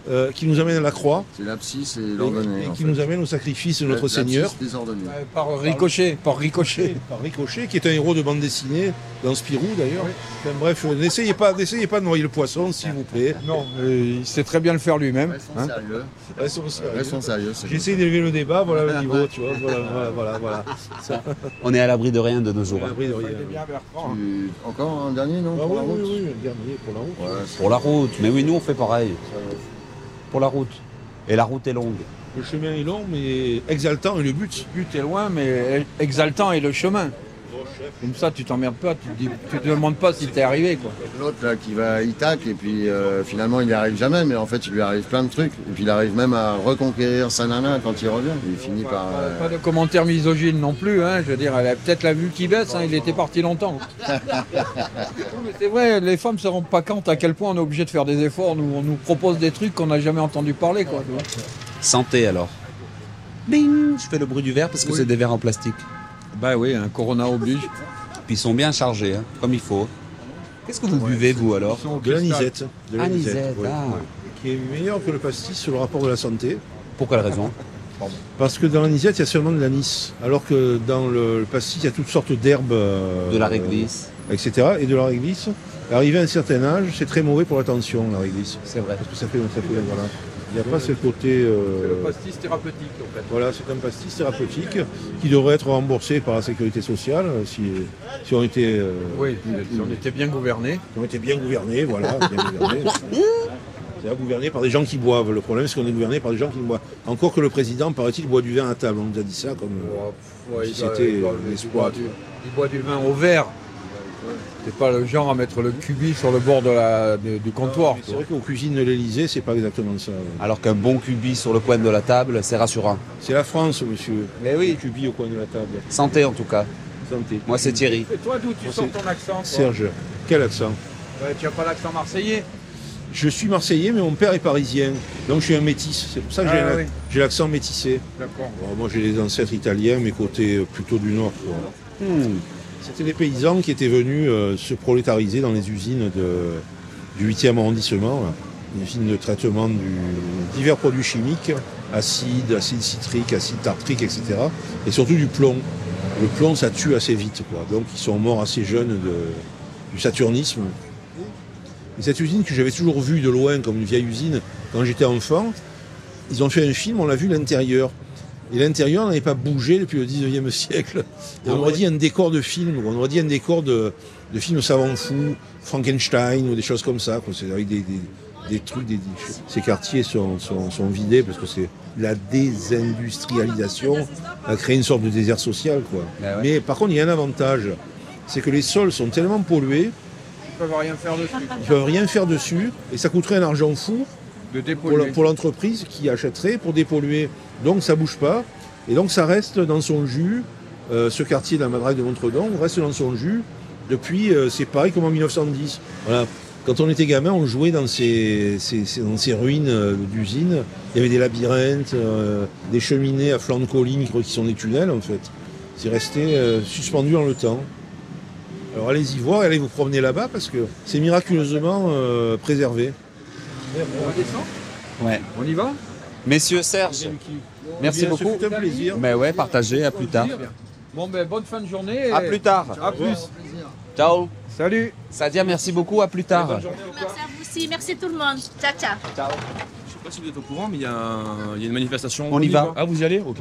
Speaker 19: euh, qui nous amène à la croix
Speaker 18: C'est l'abscisse et
Speaker 19: et,
Speaker 18: l'ordonnée. en
Speaker 19: qui
Speaker 18: fait.
Speaker 19: nous amène au sacrifice de
Speaker 18: La-
Speaker 19: notre
Speaker 18: l'abscisse
Speaker 19: Seigneur.
Speaker 18: des ordonnées.
Speaker 6: Par ricochet, par ricochet.
Speaker 19: Par Ricochet, qui est un héros de bande dessinée, dans Spirou d'ailleurs. Enfin, bref, euh, n'essayez pas, n'essayez pas de noyer le poisson, s'il vous plaît.
Speaker 6: Non, il sait très bien le faire lui-même.
Speaker 18: Restons sérieux.
Speaker 19: Restons sérieux.
Speaker 11: é um
Speaker 18: Restons sérieux, c'est
Speaker 19: J'essaie d'élever le débat, voilà le niveau, tu vois, voilà, voilà, voilà. voilà. Ça,
Speaker 2: On est à l'abri de rien de nos jours. hein.
Speaker 19: à l'abri de rien.
Speaker 6: hein.
Speaker 18: Tu- Encore un dernier, non
Speaker 19: Ah
Speaker 18: pour la
Speaker 19: oui,
Speaker 18: route
Speaker 19: oui, oui, un dernier pour la route.
Speaker 18: Ouais,
Speaker 2: Pour la route, mais oui, nous on fait pareil. Pour la route. Et la route est longue.
Speaker 19: Le chemin est long, mais exaltant est le but.
Speaker 6: Le but est loin, mais exaltant est le chemin. Comme ça, tu t'emmerdes pas, tu te, dis- tu te demandes pas si t'es arrivé. Quoi.
Speaker 18: L'autre là qui va à Itac et puis euh, finalement il n'y arrive jamais mais en fait il lui arrive plein de trucs et puis il arrive même à reconquérir sa nana quand il revient. Il finit par... euh,
Speaker 6: Pas de commentaires misogynes non plus, hein, je veux dire, elle a peut-être la vue qui baisse, hein, il était parti longtemps. Non, mais C'est vrai, les femmes ne se rendent pas compte à quel point on est obligé de faire des efforts, on nous, on nous propose des trucs qu'on n'a jamais entendu parler. Quoi, tu vois.
Speaker 2: Santé alors. Bing Je fais le bruit du verre parce que
Speaker 6: Oui.
Speaker 2: c'est des verres en plastique.
Speaker 6: Bah oui, un Corona oblige.
Speaker 2: Puis ils sont bien chargés, hein, comme il faut. Qu'est-ce que vous buvez vous alors
Speaker 19: De l'anisette. De l'anisette,
Speaker 2: Anisette,
Speaker 19: oui.
Speaker 2: ah.
Speaker 19: Qui est meilleur que le pastis sur le rapport de la santé.
Speaker 2: Pour quelle raison
Speaker 19: Parce que dans l'anisette, il y a seulement de l'anis. Alors que dans le, le pastis, il y a toutes sortes d'herbes. euh,
Speaker 2: De la réglisse.
Speaker 19: euh, etc. Et de la réglisse. Arrivé à un certain âge, c'est très mauvais pour la tension, la réglisse.
Speaker 2: C'est vrai.
Speaker 19: Parce que ça fait. Ça fait voilà. Il n'y a pas ce côté. euh,
Speaker 6: pastis thérapeutique, en fait.
Speaker 19: Voilà, c'est un pastis thérapeutique qui devrait être remboursé par la sécurité sociale euh, si, si on était. euh,
Speaker 6: Oui, si on était bien gouverné.
Speaker 19: si on était bien gouverné, voilà, bien gouverné. C'est-à-dire gouverné par des gens qui boivent. Le problème, c'est qu'on est gouverné par des gens qui ne boivent. Encore que le président, paraît-il, boit du vin à table. On nous a dit ça comme euh,
Speaker 6: Ouais,
Speaker 19: si
Speaker 6: il doit-
Speaker 19: c'était
Speaker 6: il doit-
Speaker 19: euh,
Speaker 6: il
Speaker 19: l'espoir.
Speaker 6: boit du- Il boit du vin au verre. T'es pas le genre à mettre le cubi sur le bord de la- de- du comptoir.
Speaker 19: C'est vrai qu'aux cuisines de l'Elysée, c'est pas exactement ça.
Speaker 2: Alors qu'un bon cubi sur le coin de la table, c'est rassurant.
Speaker 19: C'est la France, monsieur.
Speaker 2: Mais oui.
Speaker 19: Cubi au coin de la table.
Speaker 2: Santé en tout cas.
Speaker 19: Santé.
Speaker 2: Moi c'est Thierry.
Speaker 6: Et toi, d'où tu sors ton accent toi
Speaker 19: Serge, quel accent
Speaker 6: Ouais, Tu n'as pas l'accent marseillais
Speaker 19: Je suis marseillais, mais mon père est parisien. Donc je suis un métis. C'est pour ça que j'ai
Speaker 6: Ah
Speaker 19: la-
Speaker 6: oui.
Speaker 19: j'ai l'accent métissé.
Speaker 6: D'accord.
Speaker 19: Bon, moi, j'ai des ancêtres italiens, mais côté euh, plutôt du nord. quoi.
Speaker 6: Hmm.
Speaker 19: C'était des paysans qui étaient venus euh, se prolétariser dans les usines de- du 8e arrondissement, là. une usine de traitement du- divers produits chimiques, acides, acides citriques, acides tartriques, etc. Et surtout du plomb. Le plomb, ça tue assez vite. Quoi. Donc, ils sont morts assez jeunes de- du saturnisme. Et cette usine que j'avais toujours vue de loin comme une vieille usine quand j'étais enfant, ils ont fait un film, on l'a vu l'intérieur. Et l'intérieur n'avait pas bougé depuis le 19e siècle. Et on aurait dit un décor de film, on aurait dit un décor de, de film savant fou, Frankenstein ou des choses comme ça. quoi. C'est avec des, des- des trucs, des- des- ces quartiers sont, sont- sont vidés parce que c'est la désindustrialisation a créé une sorte de désert social. Quoi. Mais par contre, il y a un avantage, c'est que les sols sont tellement pollués,
Speaker 6: Ils peuvent rien faire dessus.
Speaker 19: ils peuvent rien faire dessus, et ça coûterait un argent fou
Speaker 6: De
Speaker 19: pour la-
Speaker 6: dépolluer.
Speaker 19: pour l'entreprise qui achèterait pour dépolluer. Donc ça bouge pas. Et donc ça reste dans son jus. Euh, ce quartier de la Madrague de Montredon reste dans son jus depuis, euh, c'est pareil comme en 1910. Voilà. Quand on était gamin, on jouait dans ces, ces- ces- dans ces ruines euh, d'usines. Il y avait des labyrinthes, euh, des cheminées à flanc de colline qui sont des tunnels en fait. C'est resté euh, suspendu dans le temps. Alors allez-y voir, et allez vous promener là-bas parce que c'est miraculeusement euh, préservé.
Speaker 6: On redescend
Speaker 2: Ouais.
Speaker 6: On y va
Speaker 2: Messieurs Serge, merci
Speaker 6: Bien, ce
Speaker 2: beaucoup.
Speaker 6: fut un plaisir.
Speaker 2: Mais ouais, partagez, à plus tard.
Speaker 6: Bon, ben, bonne fin de journée. et-
Speaker 2: À plus tard.
Speaker 6: À plus.
Speaker 2: Ciao.
Speaker 6: Salut.
Speaker 2: Sadia, merci beaucoup, à plus
Speaker 7: Eh
Speaker 2: tard.
Speaker 7: ben,
Speaker 17: Merci à vous aussi, merci tout le monde. Ciao, ciao.
Speaker 2: Ah. Ciao.
Speaker 7: Je sais pas si vous êtes au courant, mais il y, a un- il y a une manifestation.
Speaker 2: On y va.
Speaker 7: Ah, vous y allez Ok.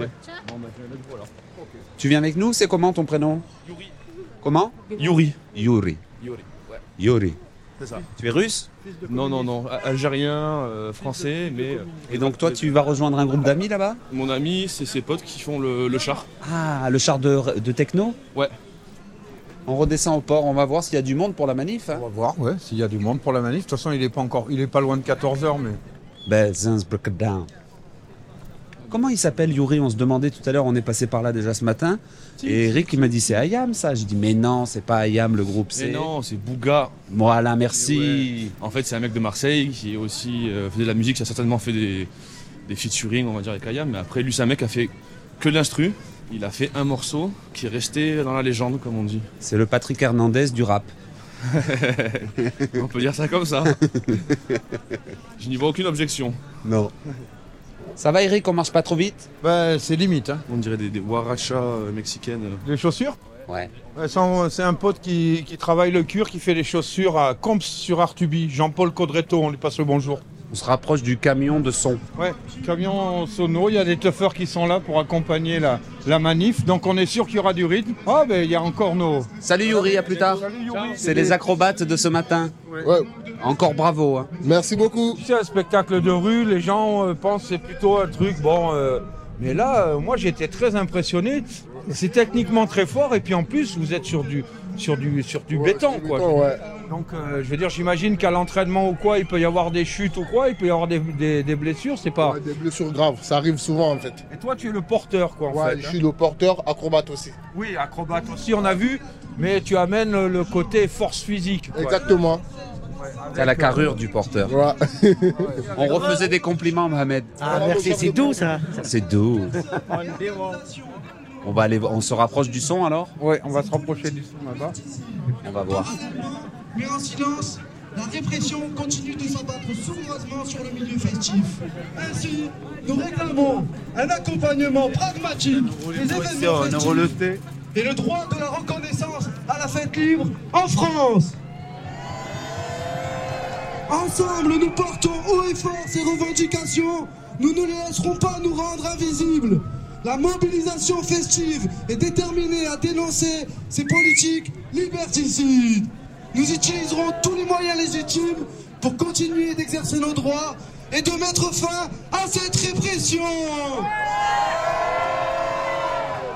Speaker 2: Tu viens avec nous C'est comment ton prénom Yuri. Comment
Speaker 7: Yuri.
Speaker 2: Yuri.
Speaker 7: Yuri, ouais.
Speaker 2: Yuri.
Speaker 7: C'est ça.
Speaker 2: Tu es russe
Speaker 7: Non, non, non. A- Algérien, euh, français, mais.
Speaker 2: Et donc toi, tu vas rejoindre un groupe d'amis là-bas
Speaker 7: Mon ami, c'est ses potes qui font le, le char.
Speaker 2: Ah, le char de, de techno
Speaker 7: Ouais.
Speaker 2: On redescend au port, on va voir s'il y a du monde pour la manif. hein.
Speaker 6: On va voir, ouais, s'il y a du monde pour la manif. De toute façon, il est pas encore, il est pas loin de 14h, mais.
Speaker 2: Ben, zins, breakdown. Comment il s'appelle Yuri On se demandait tout à l'heure, on est passé par là déjà ce matin. Et Eric, il m'a dit c'est Ayam ça. J'ai dit mais non, c'est pas Ayam le groupe,
Speaker 7: Mais
Speaker 2: c'est.
Speaker 7: non, c'est Bouga.
Speaker 2: Voilà, merci.
Speaker 7: En fait, c'est un mec de Marseille qui aussi euh, faisait de la musique. Ça a certainement fait des, des featuring, on va dire, avec Ayam. Mais après, lui, c'est un mec qui a fait que de l'instru. Il a fait un morceau qui est resté dans la légende, comme on dit.
Speaker 2: C'est le Patrick Hernandez du rap.
Speaker 13: On peut dire ça comme ça. Je n'y vois aucune objection.
Speaker 2: Non.
Speaker 13: Ça va Eric, on marche pas trop vite
Speaker 6: Bah c'est limite.
Speaker 13: On dirait des, des huaracha, euh, mexicaines.
Speaker 6: Les chaussures
Speaker 13: Ouais.
Speaker 6: Ouais, ça, on- C'est un pote qui, qui travaille le cuir, qui fait les chaussures à Comps sur Artuby. Jean-Paul Codretto, on lui passe le bonjour.
Speaker 2: On se rapproche du camion de son.
Speaker 6: Ouais, camion sono, il y a des tuffeurs qui sont là pour accompagner la, la manif, donc on est sûr qu'il y aura du rythme. Ah ben il y a encore nos...
Speaker 2: Salut Yuri, à plus tard. C'est les acrobates de ce matin. Encore bravo. hein.
Speaker 6: Merci beaucoup. C'est un spectacle de rue, les gens euh, pensent que c'est plutôt un truc, bon... euh, mais là, euh, moi j'étais très impressionné. C'est techniquement très fort et puis en plus vous êtes sur du, sur du, sur du béton quoi. Donc euh, je veux dire, j'imagine qu'à l'entraînement ou quoi, il peut y avoir des chutes ou quoi, il peut y avoir des, des- des blessures, c'est pas...
Speaker 4: Des blessures graves, ça arrive souvent en fait.
Speaker 6: Et toi, tu es le porteur, quoi, en
Speaker 4: Ouais,
Speaker 6: fait,
Speaker 4: je
Speaker 6: hein.
Speaker 4: suis le porteur, acrobate aussi.
Speaker 6: Oui, acrobate aussi, on a vu, mais tu amènes euh, le côté force physique. quoi. euh,
Speaker 4: Exactement.
Speaker 2: T'as la carrure du porteur. On refaisait des compliments, Mohamed.
Speaker 14: Ah, merci, c'est doux ça.
Speaker 2: C'est doux. On va aller, on se rapproche du son alors
Speaker 6: Oui, on va se rapprocher du son là-bas.
Speaker 2: On va voir.
Speaker 20: Mais en silence, la répression continue de s'abattre sournoisement sur le milieu festif. Ainsi, nous réclamons un accompagnement pragmatique des événements
Speaker 11: on
Speaker 20: festifs
Speaker 11: roule
Speaker 20: et le droit de la reconnaissance à la fête libre en France. Ensemble, nous portons haut et fort ces revendications. Nous ne les laisserons pas nous rendre invisibles. La mobilisation festive est déterminée à dénoncer ces politiques liberticides. Nous utiliserons tous les moyens légitimes pour continuer d'exercer nos droits et de mettre fin à cette répression.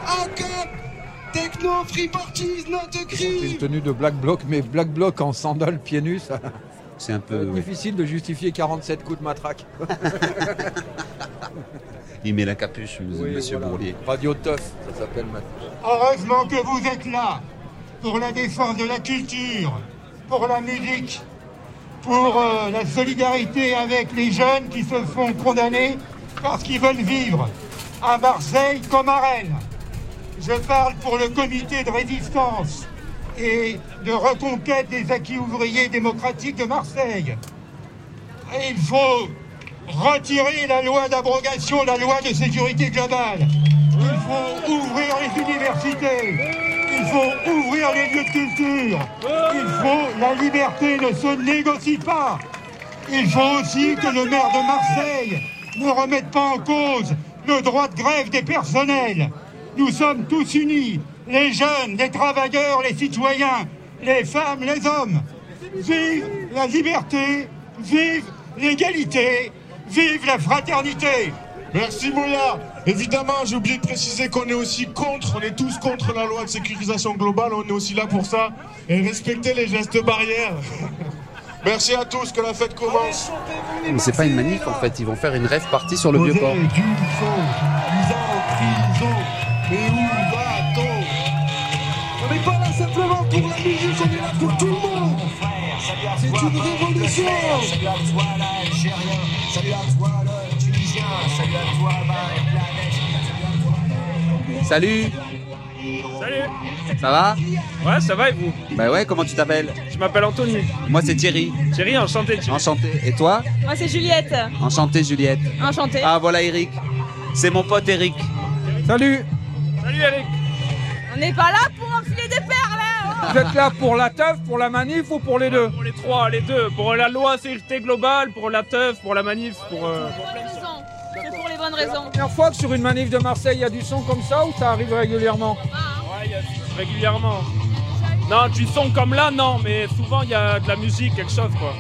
Speaker 20: ACAP, Techno Free Parties, notre
Speaker 6: C'est
Speaker 20: cri.
Speaker 6: une tenue de Black Bloc, mais Black Bloc en sandales pieds nus, ça...
Speaker 2: C'est un peu. ouais.
Speaker 6: Difficile de justifier 47 coups de matraque.
Speaker 2: Il met la capuche, monsieur Bourlier.
Speaker 6: Radio Teuf, ça s'appelle maintenant.
Speaker 21: Heureusement que vous êtes là pour la défense de la culture, pour la musique, pour euh, la solidarité avec les jeunes qui se font condamner parce qu'ils veulent vivre à Marseille comme à Rennes. Je parle pour le comité de résistance et de reconquête des acquis ouvriers démocratiques de Marseille. Et il faut retirer la loi d'abrogation, la loi de sécurité globale. Il faut ouvrir les universités. Il faut ouvrir les lieux de culture. Il faut la liberté ne se négocie pas. Il faut aussi que le maire de Marseille ne remette pas en cause le droit de grève des personnels. Nous sommes tous unis, les jeunes, les travailleurs, les citoyens, les femmes, les hommes. Vive la liberté, vive l'égalité, vive la fraternité.
Speaker 4: Merci Moya. Évidemment, j'ai oublié de préciser qu'on est aussi contre, on est tous contre la loi de sécurisation globale, on est aussi là pour ça. Et respecter les gestes barrières. Merci à tous, que la fête commence.
Speaker 2: Mais c'est pas une manif en fait, ils vont faire une rêve partie sur le vieux port.
Speaker 20: Mais où va-t-on On n'est pas là simplement pour la musique, on est là pour tout le monde. C'est une révolution.
Speaker 22: Salut à toi l'Algérien, salut à toi le Tunisien, salut à toi ma planète.
Speaker 2: Salut
Speaker 16: Salut
Speaker 2: Ça va
Speaker 16: Ouais, ça va et vous
Speaker 2: Bah ouais, comment tu t'appelles
Speaker 16: Je m'appelle Anthony.
Speaker 2: Moi c'est Thierry.
Speaker 16: Thierry, enchanté.
Speaker 2: Enchanté. Et toi
Speaker 12: Moi, Ah, c'est Juliette.
Speaker 2: Enchanté Juliette.
Speaker 12: Enchantée.
Speaker 2: Ah voilà Eric. C'est mon pote Eric.
Speaker 6: Salut
Speaker 12: Salut, Eric. On n'est pas là pour enfiler des perles, hein
Speaker 6: Vous êtes là pour la teuf, pour la manif ou pour les deux
Speaker 16: Pour les trois, les deux. Pour la loi sécurité globale, pour la teuf, pour la manif, pour. euh,
Speaker 12: C'est pour les bonnes raisons.
Speaker 6: Première fois que sur une manif de Marseille, il y a du son comme ça ou ça arrive régulièrement
Speaker 16: Ouais, il y a du- régulièrement. Non, du son comme là, non, mais souvent il y a de la musique, quelque chose quoi.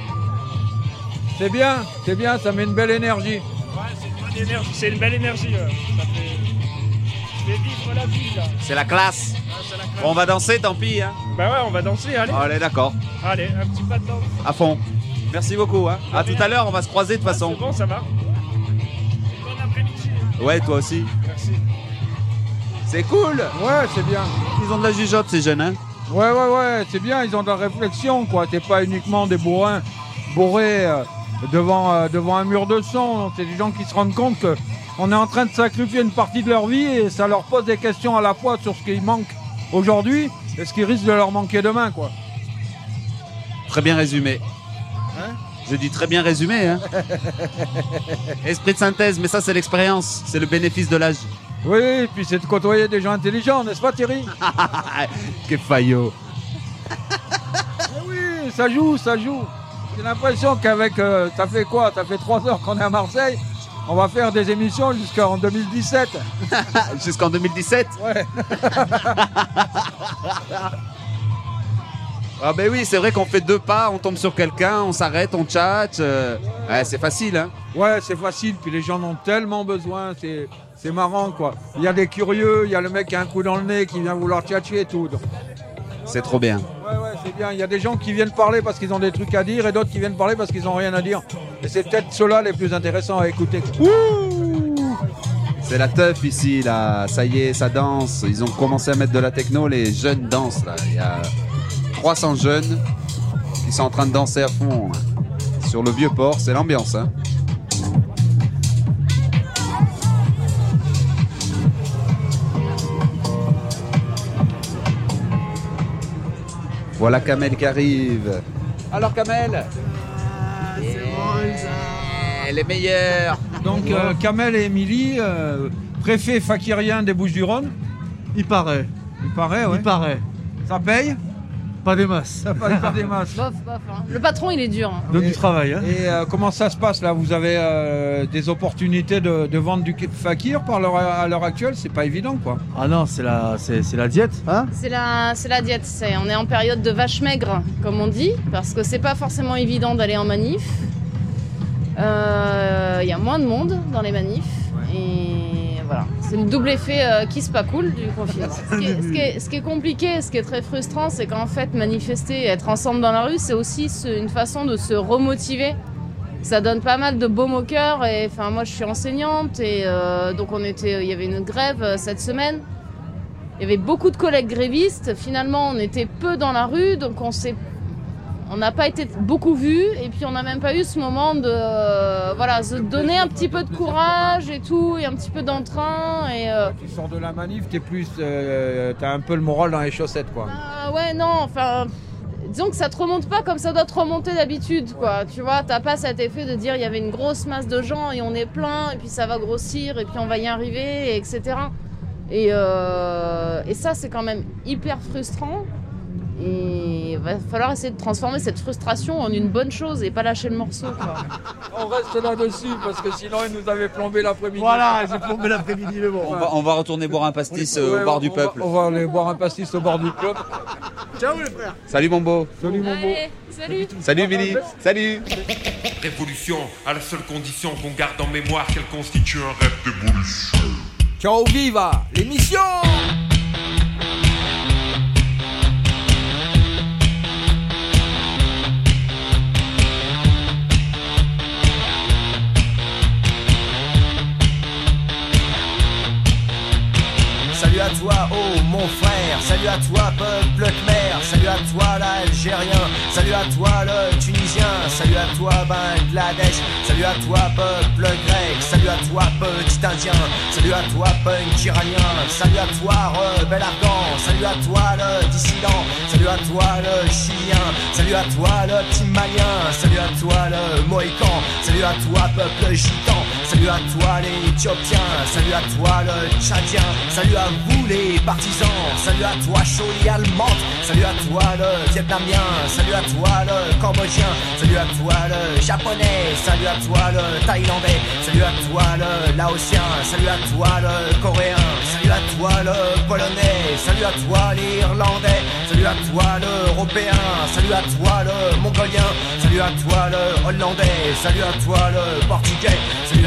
Speaker 6: C'est bien, c'est bien, ça met une belle énergie.
Speaker 16: Ouais, c'est une bonne énergie, c'est une belle énergie. euh. Ça fait. Je vais vivre la vie là.
Speaker 2: C'est la classe.
Speaker 16: Ah, C'est la classe.
Speaker 2: On va danser, tant pis. Hein.
Speaker 16: Bah ouais, on va danser, allez.
Speaker 2: Allez, d'accord.
Speaker 16: Allez, un petit pas de danse.
Speaker 2: À fond. Merci beaucoup. Hein. À tout à l'heure, on va se croiser de toute
Speaker 6: Ah,
Speaker 2: façon.
Speaker 16: Bon, ça va.
Speaker 2: Ouais, toi aussi.
Speaker 16: Merci.
Speaker 2: C'est cool.
Speaker 6: Ouais, c'est bien.
Speaker 2: Ils ont de la jugeote ces jeunes, hein
Speaker 6: Ouais, ouais, ouais, c'est bien, ils ont de la réflexion, quoi. T'es pas uniquement des bourrins bourrés euh, devant, euh, devant un mur de son. C'est des gens qui se rendent compte qu'on est en train de sacrifier une partie de leur vie et ça leur pose des questions à la fois sur ce qui manque aujourd'hui et ce qui risque de leur manquer demain, quoi.
Speaker 2: Très bien résumé.
Speaker 6: Hein
Speaker 2: Je dis très bien résumé. hein. Esprit de synthèse, mais ça c'est l'expérience, c'est le bénéfice de l'âge.
Speaker 6: Oui, et puis c'est de côtoyer des gens intelligents, n'est-ce pas Thierry
Speaker 2: Que faillot.
Speaker 6: Eh oui, ça joue, ça joue. J'ai l'impression qu'avec. euh, T'as fait quoi T'as fait trois heures qu'on est à Marseille On va faire des émissions jusqu'en 2017.
Speaker 2: Jusqu'en 2017
Speaker 6: Ouais.
Speaker 2: Ah ben oui, c'est vrai qu'on fait deux pas, on tombe sur quelqu'un, on s'arrête, on chatte. euh, ouais, c'est facile. Hein.
Speaker 6: Ouais, c'est facile, puis les gens en ont tellement besoin, c'est. C'est marrant quoi. Il y a des curieux, il y a le mec qui a un coup dans le nez qui vient vouloir tchatcher et tout. Donc,
Speaker 2: C'est trop bien.
Speaker 6: ouais, ouais, c'est bien. Il y a des gens qui viennent parler parce qu'ils ont des trucs à dire et d'autres qui viennent parler parce qu'ils n'ont rien à dire. Et c'est peut-être ceux-là les plus intéressants à écouter.
Speaker 2: C'est la teuf ici, là. Ça y est, ça danse. Ils ont commencé à mettre de la techno. Les jeunes dansent, là. Il y a 300 jeunes qui sont en train de danser à fond. Sur le vieux port, c'est l'ambiance, hein. Voilà Kamel qui arrive.
Speaker 6: Alors Kamel
Speaker 2: Elle est meilleure
Speaker 6: Donc euh, Kamel et Émilie, euh, préfet fakirien des Bouches-du-Rhône Il paraît. Il paraît, ouais. Il paraît. Ça paye Pas des masses. Ça paye pas des masses.
Speaker 5: Bof, bof, hein. Le patron, il est dur. hein.
Speaker 6: Donc du travail. Et euh, comment ça se passe là Vous avez euh, des opportunités de, de vendre du fakir par l'heure- à l'heure actuelle C'est pas évident quoi.
Speaker 20: Ah non, c'est la, c'est, c'est la diète, hein
Speaker 5: C'est la, c'est la diète. c'est- on est en période de vache maigre, comme on dit, parce que c'est pas forcément évident d'aller en manif. Euh, Il y a moins de monde dans les manifs. Et voilà. C'est le double effet euh, qui se pas cool du confinement. Ce qui, est, ce qui est- ce qui est compliqué, ce qui est très frustrant, c'est qu'en fait, manifester et être ensemble dans la rue, c'est aussi se- une façon de se remotiver. Ça donne pas mal de baume au cœur. Et enfin, moi, je suis enseignante et euh, donc on était, il y avait une grève euh, cette semaine. Il y avait beaucoup de collègues grévistes. Finalement, on était peu dans la rue, donc on s'est, on n'a pas été beaucoup vus. Et puis, on n'a même pas eu ce moment de, euh, voilà, se donner un petit peu de courage et tout, et un petit peu d'entrain. Et euh,
Speaker 6: Tu sors de la manif, t'es plus, euh, t'as un peu le moral dans les chaussettes quoi.
Speaker 5: ah ouais, non, enfin, disons que ça te remonte pas comme ça doit te remonter d'habitude, quoi. Tu vois, t'as pas cet effet de dire il y avait une grosse masse de gens et on est plein, et puis ça va grossir, et puis on va y arriver, et etc. Et, euh, et ça, c'est quand même hyper frustrant. Et il va falloir essayer de transformer cette frustration en une bonne chose et pas lâcher le morceau. Quoi.
Speaker 6: On reste là-dessus parce que sinon ils nous avaient plombé l'après-midi.
Speaker 20: Voilà,
Speaker 6: ils ont plombé l'après-midi, mais bon.
Speaker 2: On va, on va retourner boire un pastis euh, au
Speaker 6: Ouais,
Speaker 2: bar
Speaker 6: on
Speaker 2: du
Speaker 6: va-
Speaker 2: peuple.
Speaker 6: on va aller boire un pastis au bord du peuple. Ciao les frères.
Speaker 2: Salut mon beau.
Speaker 6: Salut mon beau.
Speaker 5: salut.
Speaker 2: Salut Billy. Salut.
Speaker 23: Révolution, à la seule condition qu'on garde en mémoire qu'elle constitue un rêve d'évolution.
Speaker 24: Ciao viva l'émission
Speaker 22: Salut à toi, oh mon frère, salut à toi, peuple khmer, salut à toi l'Algérien, salut à toi le Tunisien, salut à toi Bangladesh, salut à toi peuple grec, salut à toi petit indien, salut à toi punk iranien, salut à toi rebelle afghan, salut à toi le dissident, salut à toi le chilien, salut à toi le petit malien, salut à toi le mohican, salut à toi peuple gitan, salut à toi l'Éthiopien, salut à toi le Tchadien, salut à vous les partisans, salut à toi Choli allemande, salut à toi le Vietnamien, salut à toi le Cambodgien, salut à toi le Japonais, salut à toi le Thaïlandais, salut à toi le Laotien, salut à toi le Coréen, salut à toi le Polonais, salut à toi l'Irlandais, salut à toi l'Européen, salut à toi le Mongolien, salut à toi le Hollandais, salut à toi le Portugais, salut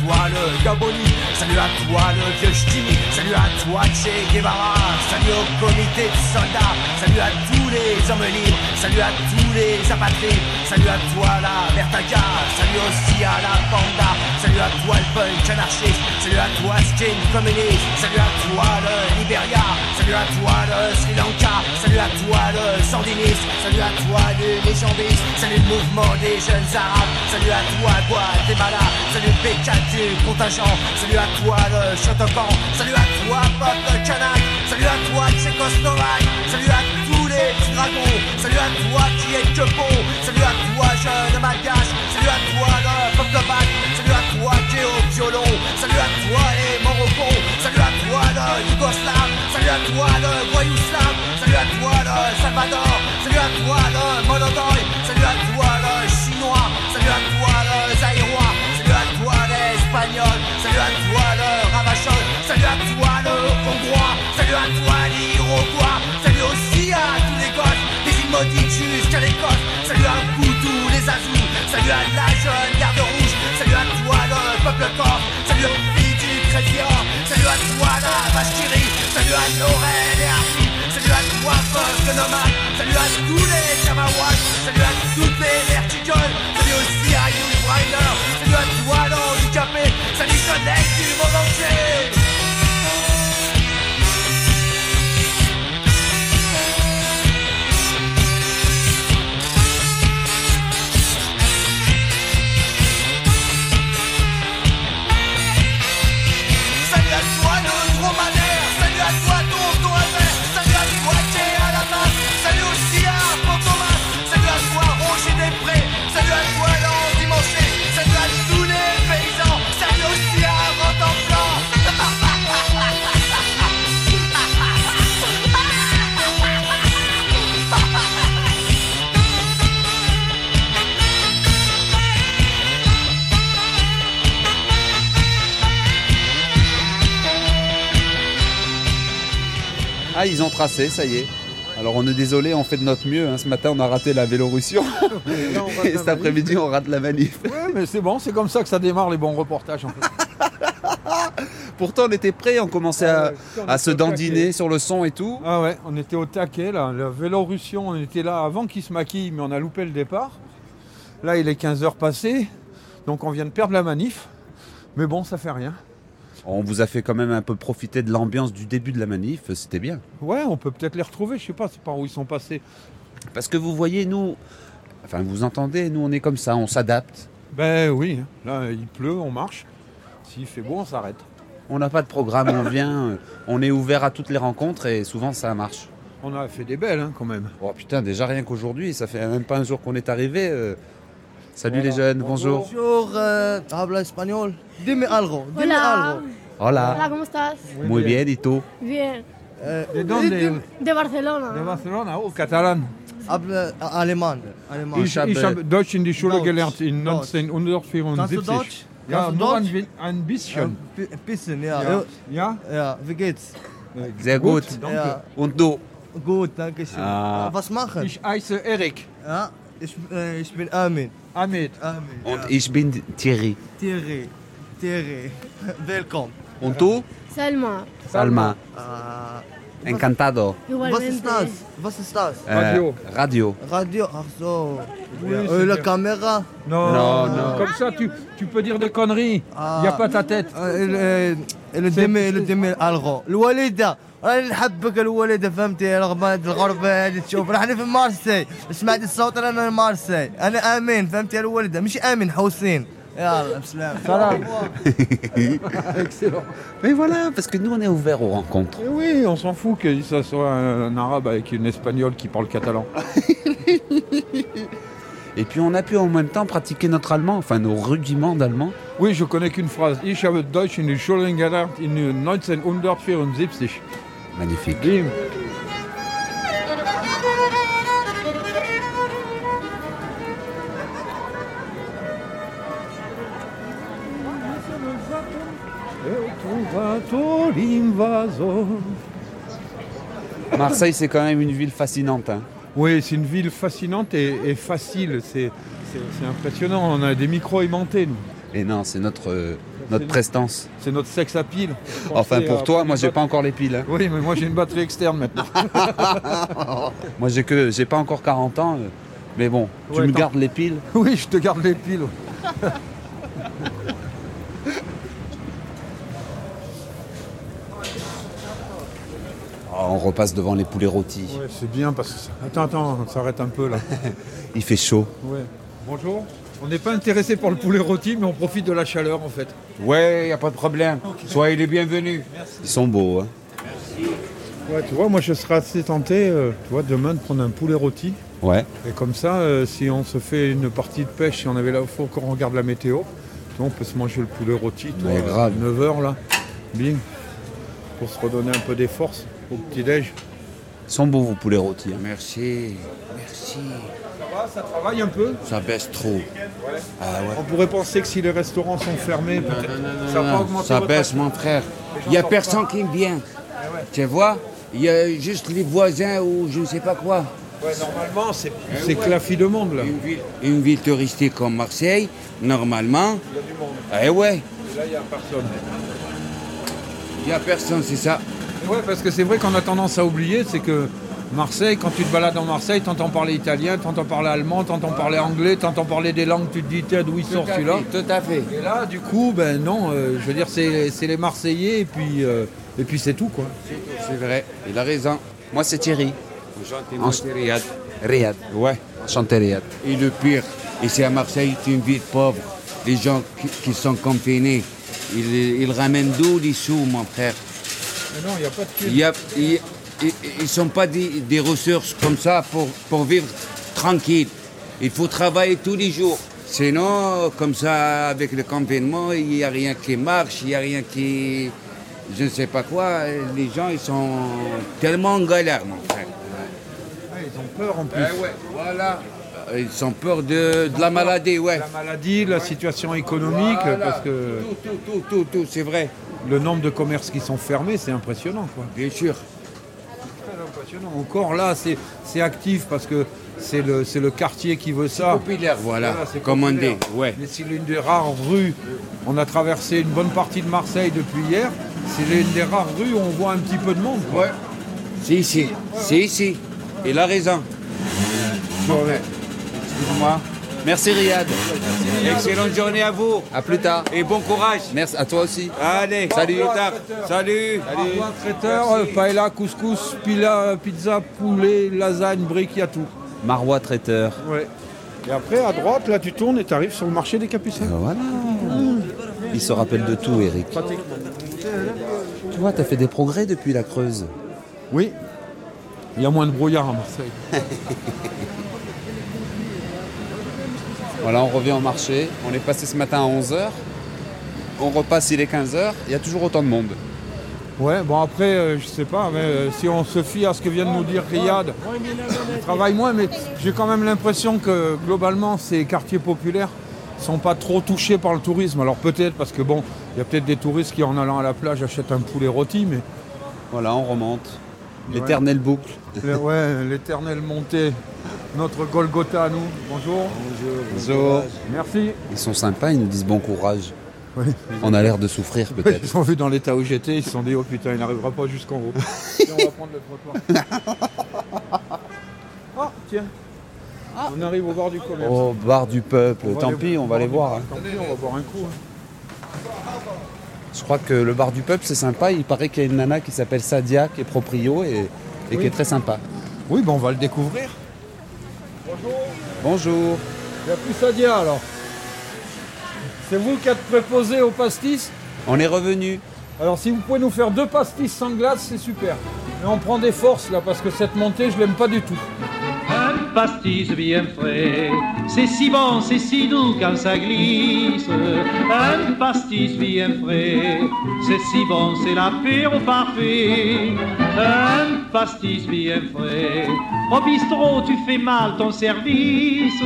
Speaker 22: toi le Gabonie, salut à toi le vieux ch'ti, salut à toi Che Guevara, salut au comité de soldats, salut à tous les hommes libres, salut à tous les apatrides, salut à toi la Bertaga, salut aussi à la Panda, salut à toi le punk anarchiste, salut à toi skin communiste, salut à toi le Liberia, salut à toi le Sri Lanka, salut à toi le sandiniste, salut à toi le légendiste, salut le mouvement des jeunes arabes, salut à toi Guatemala, salut le Pékin du contingent, salut à toi le Chotopan, salut à toi peuple kanak, salut à toi Tchécoslovaque, salut à tous les petits dragons, salut à toi qui est que beau, salut à toi jeune malgache, salut à toi le peuple bac, salut à toi qui est au violon, salut à toi les morocons, salut à toi le Yougoslave, salut à toi le voyou slave, salut à toi le Salvador, salut à toi le Monodoy, salut à toi le Chinois, salut à toi le Zaïrois, salut à toi l'Espagnol, salut à toi le Ravachol, salut à toi le Hongrois, salut à toi l'Iroquois, salut aussi à tous les Gosses, des îles maudites jusqu'à l'Écosse, salut à Koutou les Azous, salut à la jeune garde rouge, salut à toi le peuple corps, salut aux filles du Crédit salut à toi la Bachkirie, salut à Lorraine et Armin, salut à toi peuple nomade, salut à tous les Jamawas, salut à toutes les verticoles, salut aussi à You Briner, salut à toi l'handicapé, salut jeunesse du monde entier. Salut à toi le dromadaire, salut à toi ton toilet, salut à toi t'es à la masse, salut aussi à Fantomas, salut à toi Roger Després, salut à toi l'endimanché, salut à tous les paysans, salut aussi à Rotamplon.
Speaker 2: Ah, ils ont tracé, ça y est. Alors on est désolé, on fait de notre mieux. hein. Ce matin, on a raté la Vélorussion. Et cet après-midi, on rate la manif.
Speaker 6: Ouais, mais c'est bon, c'est comme ça que ça démarre les bons reportages. En fait.
Speaker 2: Pourtant, on était prêts, on commençait à, euh, à se dandiner sur le son et tout.
Speaker 6: Ah ouais, on était au taquet là. La Vélorussion, on était là avant qu'il se maquille, mais on a loupé le départ. Là, il est 15h passé, donc on vient de perdre la manif. Mais bon, ça fait rien.
Speaker 2: On vous a fait quand même un peu profiter de l'ambiance du début de la manif, c'était bien.
Speaker 6: Ouais, on peut peut-être les retrouver, je sais pas, c'est par où ils sont passés.
Speaker 2: Parce que vous voyez, nous, enfin vous entendez, nous on est comme ça, on s'adapte.
Speaker 6: Ben oui, là il pleut, on marche. S'il fait beau, on s'arrête.
Speaker 2: On n'a pas de programme, on vient, euh, on est ouvert à toutes les rencontres et souvent ça marche.
Speaker 6: On a fait des belles hein, quand même.
Speaker 2: Oh putain, déjà rien qu'aujourd'hui, ça fait même pas un jour qu'on est arrivé. euh, Salut les jeunes, bonjour.
Speaker 3: Bonjour, euh, habla espagnol. Dime algo, dime
Speaker 11: Hola.
Speaker 3: algo.
Speaker 2: Hola.
Speaker 11: Hola, ¿cómo estás?
Speaker 2: Ah. Muy bien, et tout
Speaker 11: Bien.
Speaker 3: Euh,
Speaker 6: ¿De dónde?
Speaker 11: De Barcelona.
Speaker 6: De Barcelona, oh. au Catalan.
Speaker 3: Habla äh, Allemand. Allemand.
Speaker 6: Ich, ich habe Deutsch in die Schule gelernt in
Speaker 3: Deutsch.
Speaker 6: 1974.
Speaker 3: Kannst du Deutsch?
Speaker 6: Ja,
Speaker 3: Kannst du
Speaker 6: nur
Speaker 3: Deutsch?
Speaker 6: ein, bi- ein bisschen.
Speaker 3: Bi- bisschen, ja.
Speaker 6: Ja. Ja? Äh,
Speaker 3: Ja, wie geht's?
Speaker 2: Sehr gut.
Speaker 3: danke. Ja.
Speaker 2: Euh, Und du
Speaker 3: Gut, danke schön.
Speaker 2: Ah.
Speaker 3: Was machen?
Speaker 6: Ich heiße Erik.
Speaker 3: Ja, ich, äh, ich bin Armin.
Speaker 6: Ahmed.
Speaker 3: Armin.
Speaker 2: Und
Speaker 3: ja.
Speaker 2: ich bin Thierry.
Speaker 3: Thierry. Thierry. Willkommen.
Speaker 2: Und du
Speaker 11: Salma.
Speaker 2: Salma.
Speaker 3: Ah.
Speaker 2: Encantado.
Speaker 3: Was ist das? Was ist das?
Speaker 2: Euh, radio.
Speaker 3: Radio, ach so.
Speaker 6: Oui,
Speaker 3: Ja,
Speaker 6: c'est
Speaker 3: äh, la
Speaker 6: bien.
Speaker 3: Kamera.
Speaker 6: Non,
Speaker 2: Non, non.
Speaker 6: Comme ça, tu, tu peux dire des conneries. Il
Speaker 3: Ah.
Speaker 6: n'y a pas ta tête.
Speaker 3: Euh, le- le دمي le دمي الغو الوالده انا نحبك الوالده فهمتي رغم هاد الغربه هادي تشوف راح في مارسي سمعت الصوت رانا من مارسي انا امين فهمتي الوالده ماشي امين حسين يلا بسلام
Speaker 6: سلام.
Speaker 2: Excellent. Mais voilà, parce que nous on est ouvert aux rencontres.
Speaker 6: Et Eh oui, on s'en fout que ça soit un, un arabe avec une espagnole qui parle catalan.
Speaker 2: Et puis on a pu en même temps pratiquer notre allemand, enfin nos rudiments d'allemand.
Speaker 6: Oui, je connais qu'une phrase. Ich habe Deutsch in die Schule gelernt in 1974.
Speaker 2: Magnifique.
Speaker 6: Bim. Trovato l'invaso.
Speaker 2: Marseille, c'est quand même une ville fascinante. hein.
Speaker 6: Oui, c'est une ville fascinante et, et facile. C'est c'est- c'est impressionnant. On a des micros aimantés, nous.
Speaker 2: Et non, c'est notre, euh, notre prestance.
Speaker 6: C'est notre sexe à pile.
Speaker 2: Enfin, pour toi, moi, j'ai pas encore les piles. hein.
Speaker 6: euh, Oui, mais moi, j'ai une batterie externe maintenant.
Speaker 2: Moi, j'ai que, j'ai pas encore 40 ans, euh, mais bon, tu
Speaker 6: Ouais,
Speaker 2: me
Speaker 6: t'en-
Speaker 2: gardes les piles.
Speaker 6: Oui, je te garde les piles.
Speaker 2: Ah, on repasse devant les poulets rôtis.
Speaker 6: Ouais, c'est bien parce que. ça- Attends, attends, on s'arrête un peu là.
Speaker 2: Il fait chaud.
Speaker 6: Ouais. Bonjour. On n'est pas intéressé par le poulet rôti, mais on profite de la chaleur en fait.
Speaker 14: Ouais, y a pas de problème. Soyez les bienvenus.
Speaker 2: Ils sont beaux. Hein.
Speaker 6: Ouais, tu vois, moi je serais assez tenté, euh, tu vois, demain de prendre un poulet rôti.
Speaker 2: Ouais.
Speaker 6: Et comme ça, euh, si on se fait une partie de pêche, si on avait la faut qu'on regarde la météo, tu vois, on peut se manger le poulet rôti, tu
Speaker 2: Mais grave.
Speaker 6: 9h là, bing, pour se redonner un peu des forces au petit-déj.
Speaker 2: Ils sont beaux, vos poulets rôtis. hein.
Speaker 14: Merci, merci.
Speaker 6: Ça va, ça travaille un peu
Speaker 2: Ça baisse trop. Ah ouais.
Speaker 6: On pourrait penser que si les restaurants sont fermés, peut-être ça va
Speaker 14: Non,
Speaker 6: pas augmenter
Speaker 14: ça
Speaker 6: votre
Speaker 14: baisse,
Speaker 6: facture.
Speaker 14: mon frère.
Speaker 6: Les gens
Speaker 14: Il n'y a
Speaker 6: sortent
Speaker 14: personne
Speaker 6: pas. Ah
Speaker 14: qui me vient. Tu vois Il y a juste les voisins ou je ne sais pas quoi.
Speaker 6: Ouais, normalement, c'est
Speaker 14: Eh ouais.
Speaker 6: c'est que la fille de monde, là.
Speaker 14: Une ville, une ville touristique comme Marseille, normalement.
Speaker 6: Il y a du monde.
Speaker 14: Eh ouais,
Speaker 6: Là, il n'y a personne.
Speaker 14: il n'y a personne, c'est ça.
Speaker 6: Eh Ouais, parce que c'est vrai qu'on a tendance à oublier, c'est que Marseille, quand tu te balades en Marseille, t'entends parler italien, t'entends parler allemand, t'entends parler anglais, t'entends parler des langues, tu te dis, tiens, d'où il sort
Speaker 14: à
Speaker 6: celui-là
Speaker 14: fait, tout à fait.
Speaker 6: Et là, du coup, ben non, euh, je veux dire, c'est c'est les Marseillais, et puis, euh, et puis c'est tout, quoi.
Speaker 14: C'est vrai, il a raison.
Speaker 2: Moi, c'est Thierry.
Speaker 14: Enchanté, c'est Riyad.
Speaker 2: Riyad.
Speaker 14: Ouais.
Speaker 2: Enchanté, Riyad.
Speaker 14: Et le pire, ici à Marseille, c'est une ville pauvre. Les gens qui, qui sont confinés, ils, ils ramènent d'où les sous, mon frère
Speaker 6: Mais non, il n'y a pas de
Speaker 14: Il y a- il- il- Ils ne sont pas des, des ressources comme ça pour, pour vivre tranquille. Il faut travailler tous les jours. Sinon, comme ça, avec le confinement, il n'y a rien qui marche, il n'y a rien qui... Je ne sais pas quoi. Les gens, ils sont tellement en galère, mon frère.
Speaker 6: ils ont peur, en plus.
Speaker 14: Eh ouais, voilà. Ils sont peur de, de la maladie, ouais.
Speaker 6: La maladie, la situation économique,
Speaker 14: Voilà.
Speaker 6: parce que...
Speaker 14: Tout, tout, tout, tout, tout, c'est vrai.
Speaker 6: Le nombre de commerces qui sont fermés, c'est impressionnant, quoi.
Speaker 14: Bien sûr.
Speaker 6: Très impressionnant. Encore là, c'est c'est actif parce que c'est le, c'est le quartier qui veut ça.
Speaker 14: populaire, voilà,
Speaker 6: c'est
Speaker 14: comme on
Speaker 6: populaire.
Speaker 14: dit, ouais.
Speaker 6: Mais c'est l'une des rares rues. On a traversé une bonne partie de Marseille depuis hier. C'est l'une des rares rues où on voit un petit peu de monde.
Speaker 14: Ouais. C'est ici. C'est ici. Il a raison. Bon, ouais. Excuse-moi.
Speaker 2: Merci, Riyad.
Speaker 14: Excellente journée à vous.
Speaker 2: À plus tard.
Speaker 14: Et bon courage.
Speaker 2: Merci à toi aussi.
Speaker 14: Allez,
Speaker 2: Salut.
Speaker 14: à plus tard. Salut.
Speaker 6: Au revoir, traiteur, euh, paella, couscous, pila- euh, pizza, poulet, lasagne, briques, il y a tout.
Speaker 2: Marois traiteur.
Speaker 6: Ouais. Et après, à droite, là, tu tournes et tu arrives sur le marché des Capucins.
Speaker 2: Voilà. Il se rappelle de tout, Eric. Tu vois, t'as fait des progrès depuis la Creuse.
Speaker 6: Oui. Il y a moins de brouillard à Marseille.
Speaker 2: Voilà, on revient au marché. On est passé ce matin à 11h. On repasse, il est 15h. Il y a toujours autant de monde.
Speaker 6: Ouais, bon après, euh, je sais pas, mais euh, si on se fie à ce que vient de nous dire Riyad, il travaille moins, mais j'ai quand même l'impression que globalement, ces quartiers populaires sont pas trop touchés par le tourisme. Alors peut-être, parce que bon, il y a peut-être des touristes qui, en allant à la plage, achètent un poulet rôti, mais...
Speaker 2: Voilà, on remonte.
Speaker 6: Ouais.
Speaker 2: L'éternelle boucle.
Speaker 6: Le- ouais, l'éternelle montée, notre Golgotha à nous. Bonjour. Bonjour.
Speaker 2: Bonjour.
Speaker 6: Merci.
Speaker 2: Ils sont sympas, ils nous disent bon courage.
Speaker 6: Oui.
Speaker 2: On a l'air de souffrir peut-être.
Speaker 6: Ils ont vu dans l'état où j'étais, ils se sont dit, oh putain, il n'arrivera pas jusqu'en haut. Et on va prendre le trottoir. Ah, tiens. On arrive au bord du commerce.
Speaker 2: Au bar du peuple,
Speaker 6: On va
Speaker 2: Ah. Oh, tant
Speaker 6: les-
Speaker 2: pis, on va les voir. hein.
Speaker 6: Tant pis, on va boire un coup. hein.
Speaker 2: Je crois que le bar du peuple, c'est sympa. Il paraît qu'il y a une nana qui s'appelle Sadia, qui est proprio et, et qui
Speaker 6: Oui.
Speaker 2: est très sympa.
Speaker 6: Oui, ben on va le découvrir.
Speaker 2: Bonjour.
Speaker 6: Il n'y a plus Sadia alors. C'est vous qui êtes préposé au pastis
Speaker 2: On est revenu.
Speaker 6: Alors si vous pouvez nous faire deux pastis sans glace, c'est super. Mais on prend des forces là parce que cette montée, je l'aime pas du tout.
Speaker 16: Un pastis bien frais, c'est si bon, c'est si doux quand ça glisse. Un pastis bien frais, c'est si bon, c'est la pure au parfait. Un pastis bien frais, au bistrot tu fais mal ton service.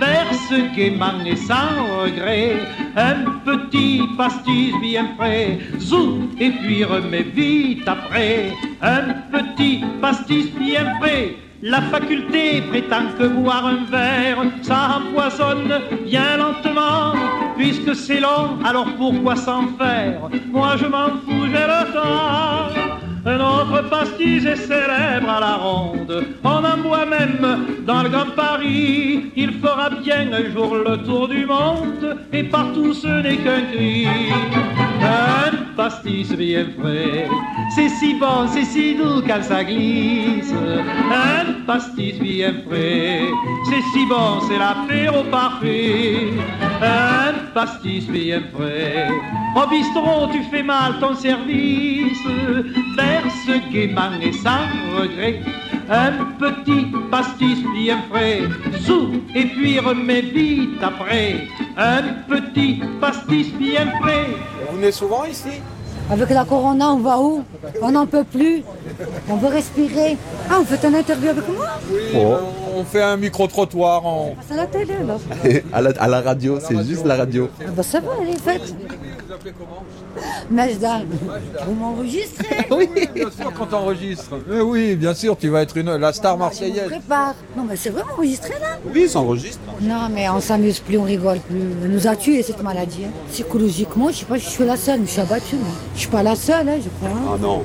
Speaker 16: Verse gaiement et sans regret, un petit pastis bien frais. Zou, et puis remets vite après, un petit pastis bien frais. La faculté prétend que boire un verre, ça empoisonne bien lentement. Puisque c'est long, alors pourquoi s'en faire Moi je m'en fous, j'ai le temps. Notre pastis est célèbre à la ronde, on en boit même dans le Grand Paris. Il fera bien un jour le tour du monde, et partout ce n'est qu'un cri. Un pastis bien frais, c'est si bon, c'est si doux quand ça glisse. Un pastis bien frais, c'est si bon, c'est l'apéro parfait. Un pastis bien frais, au bistrot tu fais mal ton service. Verse gaiement et sans regret, un petit pastis bien frais. Sous et puis remets vite après, un petit pastis bien frais.
Speaker 6: Vous venez souvent ici
Speaker 25: Avec la corona, on va où On n'en peut plus. On veut respirer. Ah, vous faites une interview avec moi
Speaker 6: Euh, On fait un micro-trottoir en.
Speaker 25: C'est à la télé, là.
Speaker 2: à, la, à la radio, c'est juste la radio.
Speaker 25: Ah bah ça va, allez, faites. Majda, vous m'enregistrez
Speaker 6: Oui, bien sûr qu'on t'enregistre. Mais Eh oui, bien sûr, tu vas être une, la star
Speaker 25: Je vous
Speaker 6: marseillaise.
Speaker 25: prépare. Non, mais c'est vrai enregistré, là
Speaker 6: Oui, s'enregistre.
Speaker 25: Non, mais on s'amuse plus, on rigole plus. Elle nous a tués, cette maladie. hein. Psychologiquement, je sais pas, je suis la seule, mais je suis abattue, moi. Je suis pas la seule, hein, je crois. hein.
Speaker 2: Ah non.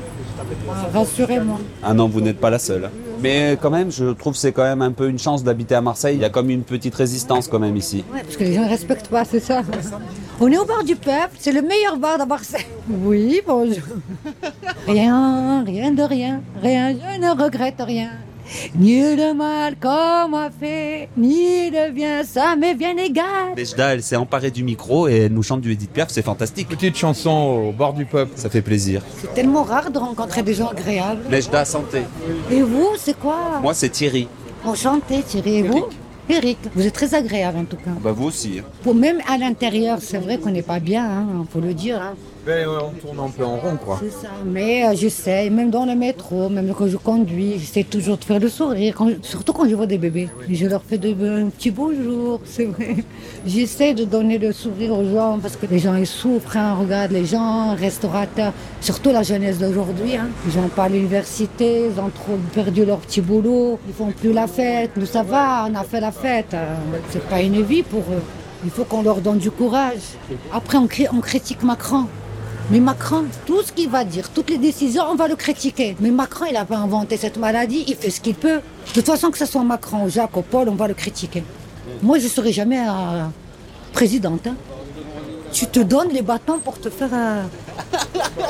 Speaker 25: Ah, Rassurez-moi.
Speaker 2: Ah non, vous n'êtes pas la seule. Mais quand même, je trouve que c'est quand même un peu une chance d'habiter à Marseille. Il y a comme une petite résistance quand même ici.
Speaker 25: Ouais, parce que les gens ne respectent pas, c'est ça. On est au bar du peuple, c'est le meilleur bar de Marseille. Oui, bonjour. Rien, rien de rien, rien, je ne regrette rien. Ni le mal qu'on m'a fait, ni le bien, ça m'est bien égal.
Speaker 2: Bejda, elle s'est emparée du micro et elle nous chante du Edith Piaf, c'est fantastique. Petite chanson au bord du peuple. Ça fait plaisir.
Speaker 25: C'est tellement rare de rencontrer des gens agréables.
Speaker 2: Bejda, santé.
Speaker 25: Et vous, c'est quoi
Speaker 2: Moi, c'est Thierry.
Speaker 25: Enchanté, Thierry. Et vous Eric, vous êtes très agréable en tout cas.
Speaker 2: Bah, vous aussi.
Speaker 25: Pour même à l'intérieur, c'est vrai qu'on n'est pas bien, hein, faut le dire. hein.
Speaker 6: Ben, ouais, on tourne un peu en rond, quoi.
Speaker 25: C'est ça. Mais euh, j'essaie, même dans le métro, même quand je conduis, j'essaie toujours de faire le sourire, quand- surtout quand je vois des bébés. Je leur fais de, un petit bonjour, c'est vrai. J'essaie de donner le sourire aux gens parce que les gens ils souffrent, hein, regarde les gens, restaurateurs, surtout la jeunesse d'aujourd'hui. hein. Ils vont pas à l'université, ils ont trop perdu leur petit boulot, ils font plus la fête. Nous ça va, on a fait la fête, hein. c'est pas une vie pour eux. Il faut qu'on leur donne du courage. Après on, cri- on critique Macron. Mais Macron, tout ce qu'il va dire, toutes les décisions, on va le critiquer. Mais Macron, il n'a pas inventé cette maladie, il fait ce qu'il peut. De toute façon, que ce soit Macron ou Jacques ou Paul, on va le critiquer. Moi, je ne serai jamais euh, présidente. hein. Tu te donnes les bâtons pour te faire... euh,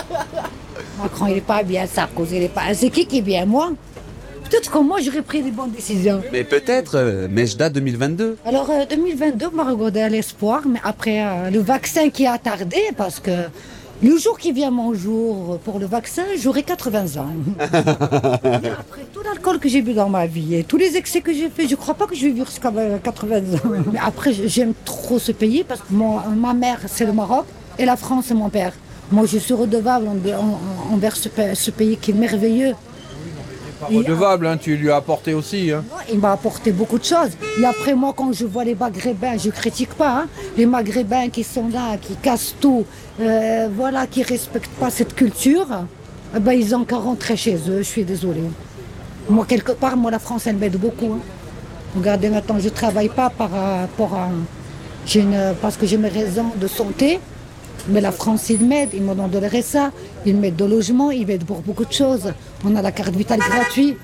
Speaker 25: Macron, il n'est pas bien, Sarkozy, il n'est pas... C'est qui qui est bien, moi Peut-être que moi, j'aurais pris les bonnes décisions.
Speaker 2: Mais peut-être, euh, Mejda 2022.
Speaker 25: Alors, euh, 2022 m'a regardé à l'espoir, mais après euh, le vaccin qui a tardé, parce que le jour qui vient mon jour pour le vaccin, j'aurai 80 ans.
Speaker 6: Euh,
Speaker 25: Après tout l'alcool que j'ai bu dans ma vie et tous les excès que j'ai fait, je crois pas que je vais vivre jusqu'à euh, 80 ans. Mais après, j'aime trop ce pays parce que mon- ma mère, c'est le Maroc et la France, c'est mon père. Moi, je suis redevable en- en- envers ce pa- ce pays qui est merveilleux.
Speaker 6: Pas redevable, hein, tu lui as apporté aussi. Hein.
Speaker 25: Il m'a apporté beaucoup de choses. Et après, moi, quand je vois les Maghrébins, je critique pas. hein. Les Maghrébins qui sont là, qui cassent tout, euh, voilà, qui respectent pas cette culture, eh ben, ils ont qu'à rentrer chez eux. Je suis désolée. Moi, quelque part, moi, la France, elle m'aide beaucoup. hein. Regardez maintenant, je travaille pas par rapport à. j'ai une- parce que j'ai mes raisons de santé. Mais la France, ils m'aident, ils me donnent de l'RSA, ils m'aident de logement, ils m'aident pour beaucoup de choses. On a la carte vitale gratuite.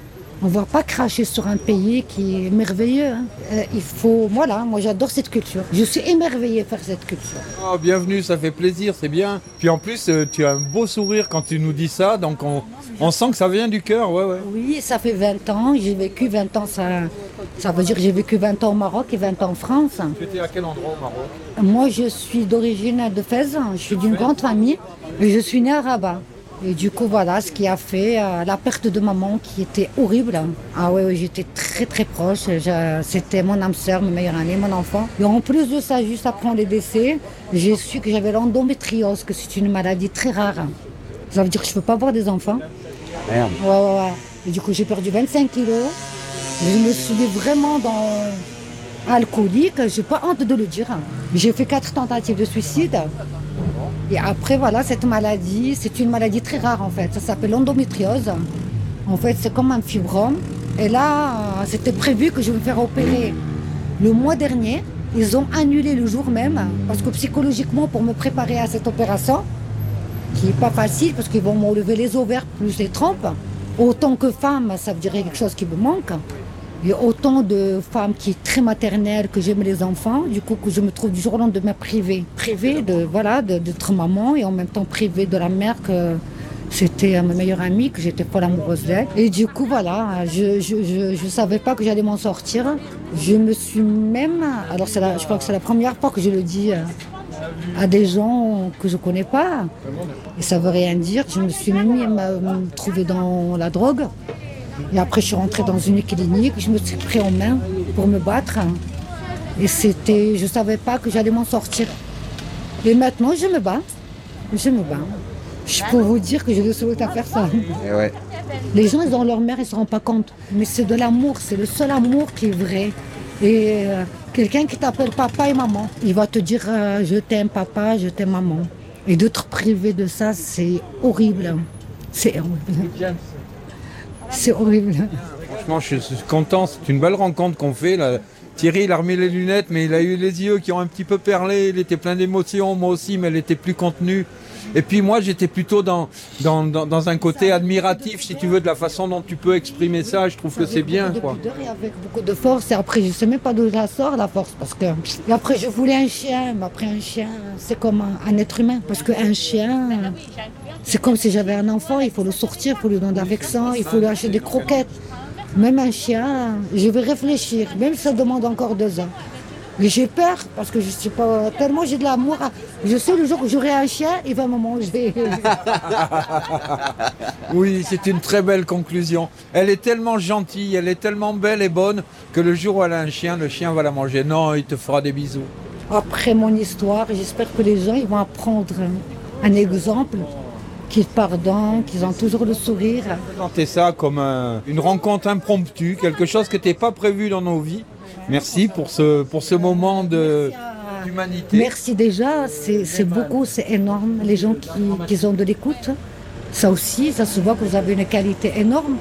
Speaker 25: On ne va pas cracher sur un pays qui est merveilleux. hein. Euh, il faut, voilà, moi j'adore cette culture. Je suis émerveillée par cette culture.
Speaker 6: Ah, bienvenue, ça fait plaisir, c'est bien. Puis en plus, euh, tu as un beau sourire quand tu nous dis ça, donc on, on sent que ça vient du cœur, ouais, ouais.
Speaker 25: Oui, ça fait 20 ans, j'ai vécu 20 ans, ça, ça veut dire que j'ai vécu 20 ans au Maroc et 20 ans en France.
Speaker 6: Tu étais à quel endroit au Maroc
Speaker 25: Moi, je suis d'origine de Fès, hein. je suis d'une grande famille et je suis née à Rabat. Et du coup, voilà ce qui a fait euh, la perte de maman qui était horrible. Ah ouais, ouais, j'étais très très proche. Je- C'était mon âme sœur, ma meilleure amie, mon enfant. Et en plus de ça, juste après les décès, j'ai su que j'avais l'endométriose, que c'est une maladie très rare. Ça veut dire que je ne peux pas avoir des enfants.
Speaker 2: Merde.
Speaker 25: Ouais, ouais, ouais. Et du coup, j'ai perdu 25 kilos. Je me suis mis vraiment dans alcoolique, j'ai pas honte de le dire. hein. J'ai fait quatre tentatives de suicide. Et après, voilà, cette maladie, c'est une maladie très rare en fait. Ça s'appelle l'endométriose. En fait, c'est comme un fibrome. Et là, euh, c'était prévu que je vais me faire opérer le mois dernier. Ils ont annulé le jour même parce que psychologiquement, pour me préparer à cette opération, qui n'est pas facile parce qu'ils vont m'enlever les ovaires plus les trompes, autant que femme, ça veut dire quelque chose qui me manque. Il y a autant de femmes qui est très maternelle, que j'aime les enfants, du coup que je me trouve du jour au lendemain privée. Privée de, voilà, de- d'être maman et en même temps privée de la mère que c'était euh, ma meilleure amie, que j'étais pas amoureuse d'elle. Et du coup voilà, je je, je, je savais pas que j'allais m'en sortir. Je me suis même, alors c'est la- je crois que c'est la première fois que je le dis euh, à des gens que je connais pas, et ça veut rien dire, je me suis même euh, trouvée dans la drogue. Et après, je suis rentrée dans une clinique, je me suis pris en main pour me battre. Et c'était, je ne savais pas que j'allais m'en sortir. Et maintenant, je me bats. Je me bats. Je peux vous dire que je le souhaite à personne.
Speaker 2: Eh
Speaker 26: Et ouais.
Speaker 25: Les gens, ils ont leur mère, ils ne se rendent pas compte. Mais c'est de l'amour, c'est le seul amour qui est vrai. Et euh, quelqu'un qui t'appelle papa et maman, il va te dire euh, je t'aime papa, je t'aime maman. Et d'être privé de ça, c'est horrible. C'est horrible. C'est horrible.
Speaker 6: Franchement, je suis content. C'est une belle rencontre qu'on fait. Là. Thierry, il a remis les lunettes, mais il a eu les yeux qui ont un petit peu perlé. Il était plein d'émotions, moi aussi, mais elle était plus contenue. Et puis moi, j'étais plutôt dans, dans, dans, dans un côté admiratif, si tu veux, de la façon dont tu peux exprimer ça. Je trouve que c'est bien,
Speaker 25: Avec
Speaker 6: quoi.
Speaker 25: beaucoup de pudeur et avec beaucoup de force. Et après, je sais même pas d'où la sort, la force. Parce que. Et après, je voulais un chien. Mais après, un chien, c'est comme un, un être humain. Parce qu'un chien, euh, c'est comme si j'avais un enfant. Il faut le sortir, il faut lui donner de l'affection, il faut lui acheter des croquettes. Même un chien, je vais réfléchir. Même si ça demande encore deux ans. Mais j'ai peur parce que je suis pas tellement j'ai de l'amour. à- Je sais le jour où j'aurai un chien, il va me manger.
Speaker 6: oui, c'est une très belle conclusion. Elle est tellement gentille, elle est tellement belle et bonne que le jour où elle a un chien, le chien va la manger. Non, il te fera des bisous.
Speaker 25: après mon histoire. J'espère que les gens ils vont apprendre un exemple, qu'ils pardonnent, qu'ils ont toujours le sourire.
Speaker 6: présenter ça comme un- une rencontre impromptue, quelque chose qui n'était pas prévu dans nos vies. Merci pour ce, pour ce moment de...
Speaker 25: Merci déjà, c'est c'est beaucoup, c'est énorme. Les gens qui, qui ont de l'écoute, ça aussi, ça se voit que vous avez une qualité énorme.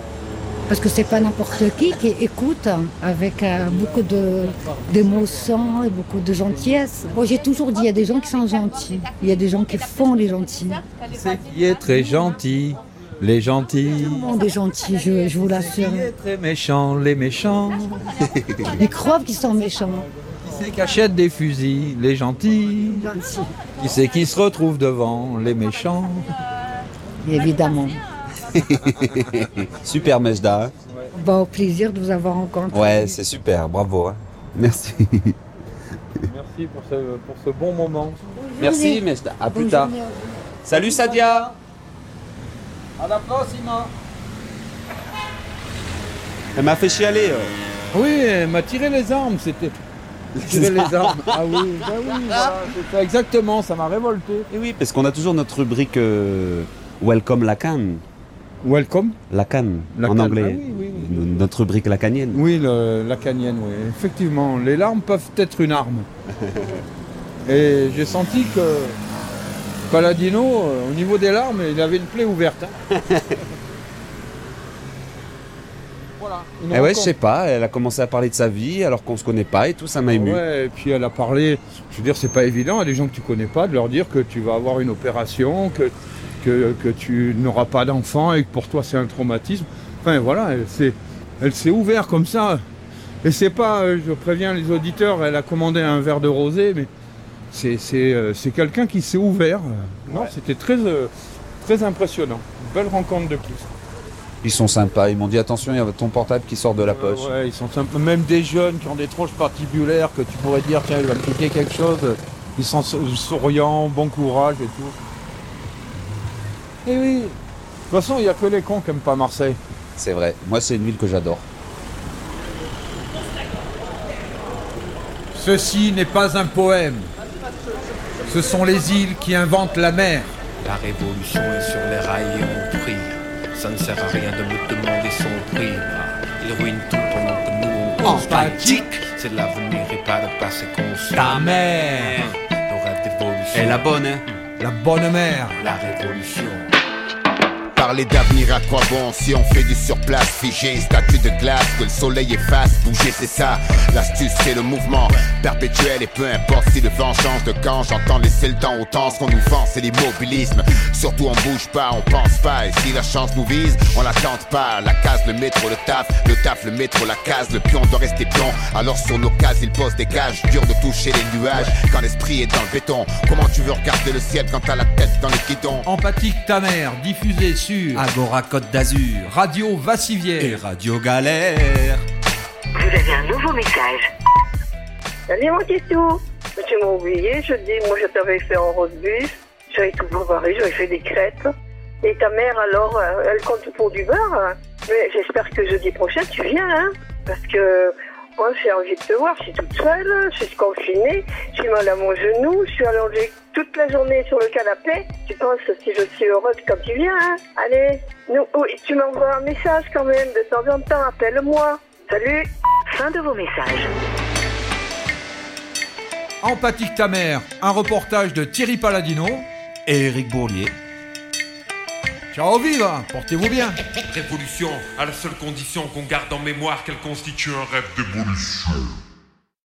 Speaker 25: Parce que c'est pas n'importe qui qui écoute avec euh, beaucoup de- d'émotion et beaucoup de gentillesse. Moi j'ai toujours dit, il y a des gens qui sont gentils, il y a des gens qui font les gentils.
Speaker 6: Qui est très gentil, les gentils,
Speaker 25: Tout le monde est gentil, je, je vous l'assure.
Speaker 6: très méchants, les méchants.
Speaker 25: Ils croient qu'ils sont méchants.
Speaker 6: qui cachette des fusils, les gentils. Qui c'est qui se retrouve devant, les méchants.
Speaker 25: Évidemment.
Speaker 2: super Mejda. hein.
Speaker 25: Bah, au plaisir de vous avoir rencontré.
Speaker 2: Ouais, c'est super, bravo. hein. Merci.
Speaker 6: Merci pour ce, pour ce bon moment.
Speaker 2: Merci Mejda, à plus tard. Salut Sadia.
Speaker 6: À la prochaine.
Speaker 2: Elle m'a fait chialer. euh.
Speaker 6: Oui, elle m'a tiré les armes, c'était. Tirer les armes. Ah oui, bah oui, voilà, c'est ça, exactement, ça m'a révolté.
Speaker 2: Eh Oui, parce qu'on a toujours notre rubrique euh, Welcome la Cannes.
Speaker 6: Welcome
Speaker 2: La Cannes,
Speaker 6: La
Speaker 2: en
Speaker 6: Cannes,
Speaker 2: anglais.
Speaker 6: ah oui, oui,
Speaker 2: Notre rubrique la canienne.
Speaker 6: Oui, le- la canienne, oui. Effectivement, les larmes peuvent être une arme. Et j'ai senti que Paladino, euh, au niveau des larmes, il avait une plaie ouverte. hein. voilà. une
Speaker 2: Eh ouais,
Speaker 6: rencontre.
Speaker 2: je sais pas, elle a commencé à parler de sa vie alors qu'on se connaît pas et tout, ça m'a ému.
Speaker 6: Ouais, et puis elle a parlé, je veux dire, c'est pas évident à des gens que tu connais pas de leur dire que tu vas avoir une opération, que, que, que tu n'auras pas d'enfant et que pour toi c'est un traumatisme. Enfin voilà, elle s'est, elle s'est ouverte comme ça. Et c'est pas, euh, je préviens les auditeurs, elle a commandé un verre de rosé, mais c'est, c'est, euh, c'est quelqu'un qui s'est ouvert. Non, c'était très, euh, très impressionnant. Belle rencontre de plus.
Speaker 2: Ils sont sympas, ils m'ont dit attention, il y a ton portable qui sort de la poche.
Speaker 6: Euh, Ouais, ils sont sympas. Même des jeunes qui ont des tronches particulaires que tu pourrais dire, tiens, il va me piquer quelque chose. Ils sont sou- souriants, bon courage et tout. Et oui. De toute façon, il n'y a que les cons qui n'aiment pas Marseille.
Speaker 2: C'est vrai, moi c'est une ville que j'adore.
Speaker 11: Ceci n'est pas un poème. Ce sont les îles qui inventent la mer.
Speaker 14: La révolution est sur les rails et on prie. Ça ne sert à rien de me demander son prix. bah. Il ruine tout pendant que nous on
Speaker 11: En pratique,
Speaker 14: C'est l'avenir et pas le passé qu'on suit.
Speaker 11: Ta mère
Speaker 14: Nos rêves d'évolution.
Speaker 11: est la bonne, hein La bonne mère.
Speaker 14: La révolution.
Speaker 4: Parler d'avenir à quoi bon si on fait du surplace Figé, statue de glace, que le soleil efface Bouger c'est ça, l'astuce c'est le mouvement Perpétuel et peu importe si le vent change de camp J'entends laisser le temps au temps, ce qu'on nous vend c'est l'immobilisme Surtout on bouge pas, on pense pas Et si la chance nous vise, on la tente pas La case, le métro, le taf, le taf, le métro, la case Le pion doit rester pion, alors sur nos cases ils posent des gages Dur de toucher les nuages quand l'esprit est dans le béton Comment tu veux regarder le ciel quand t'as la tête dans les guidons
Speaker 6: Empathique ta mère, diffusée sur Agora Côte d'Azur, Radio Vassivière et Radio Galère.
Speaker 27: Vous avez un nouveau message. Salut mon Tissou. Mais Tu m'as oublié, je te dis, moi je t'avais fait en road bus, j'avais tout préparé, j'avais fait des crêpes. Et ta mère alors, euh, elle compte pour du beurre. hein. Mais j'espère que jeudi prochain tu viens, hein. Parce que moi j'ai envie de te voir, je suis toute seule, je suis confinée, j'ai mal à mon genou, je suis allongée toute la journée sur le canapé. Tu penses si je suis heureuse quand tu viens, hein. Allez, nous, oui, tu m'envoies un message quand même, de temps en temps, appelle-moi. Salut. Fin de vos messages.
Speaker 6: Empathique ta mère, un reportage de Thierry Paladino et Eric Bourlier. Ciao viva, portez-vous bien.
Speaker 2: Révolution, à la seule condition qu'on garde en mémoire qu'elle constitue un rêve de d'évolution.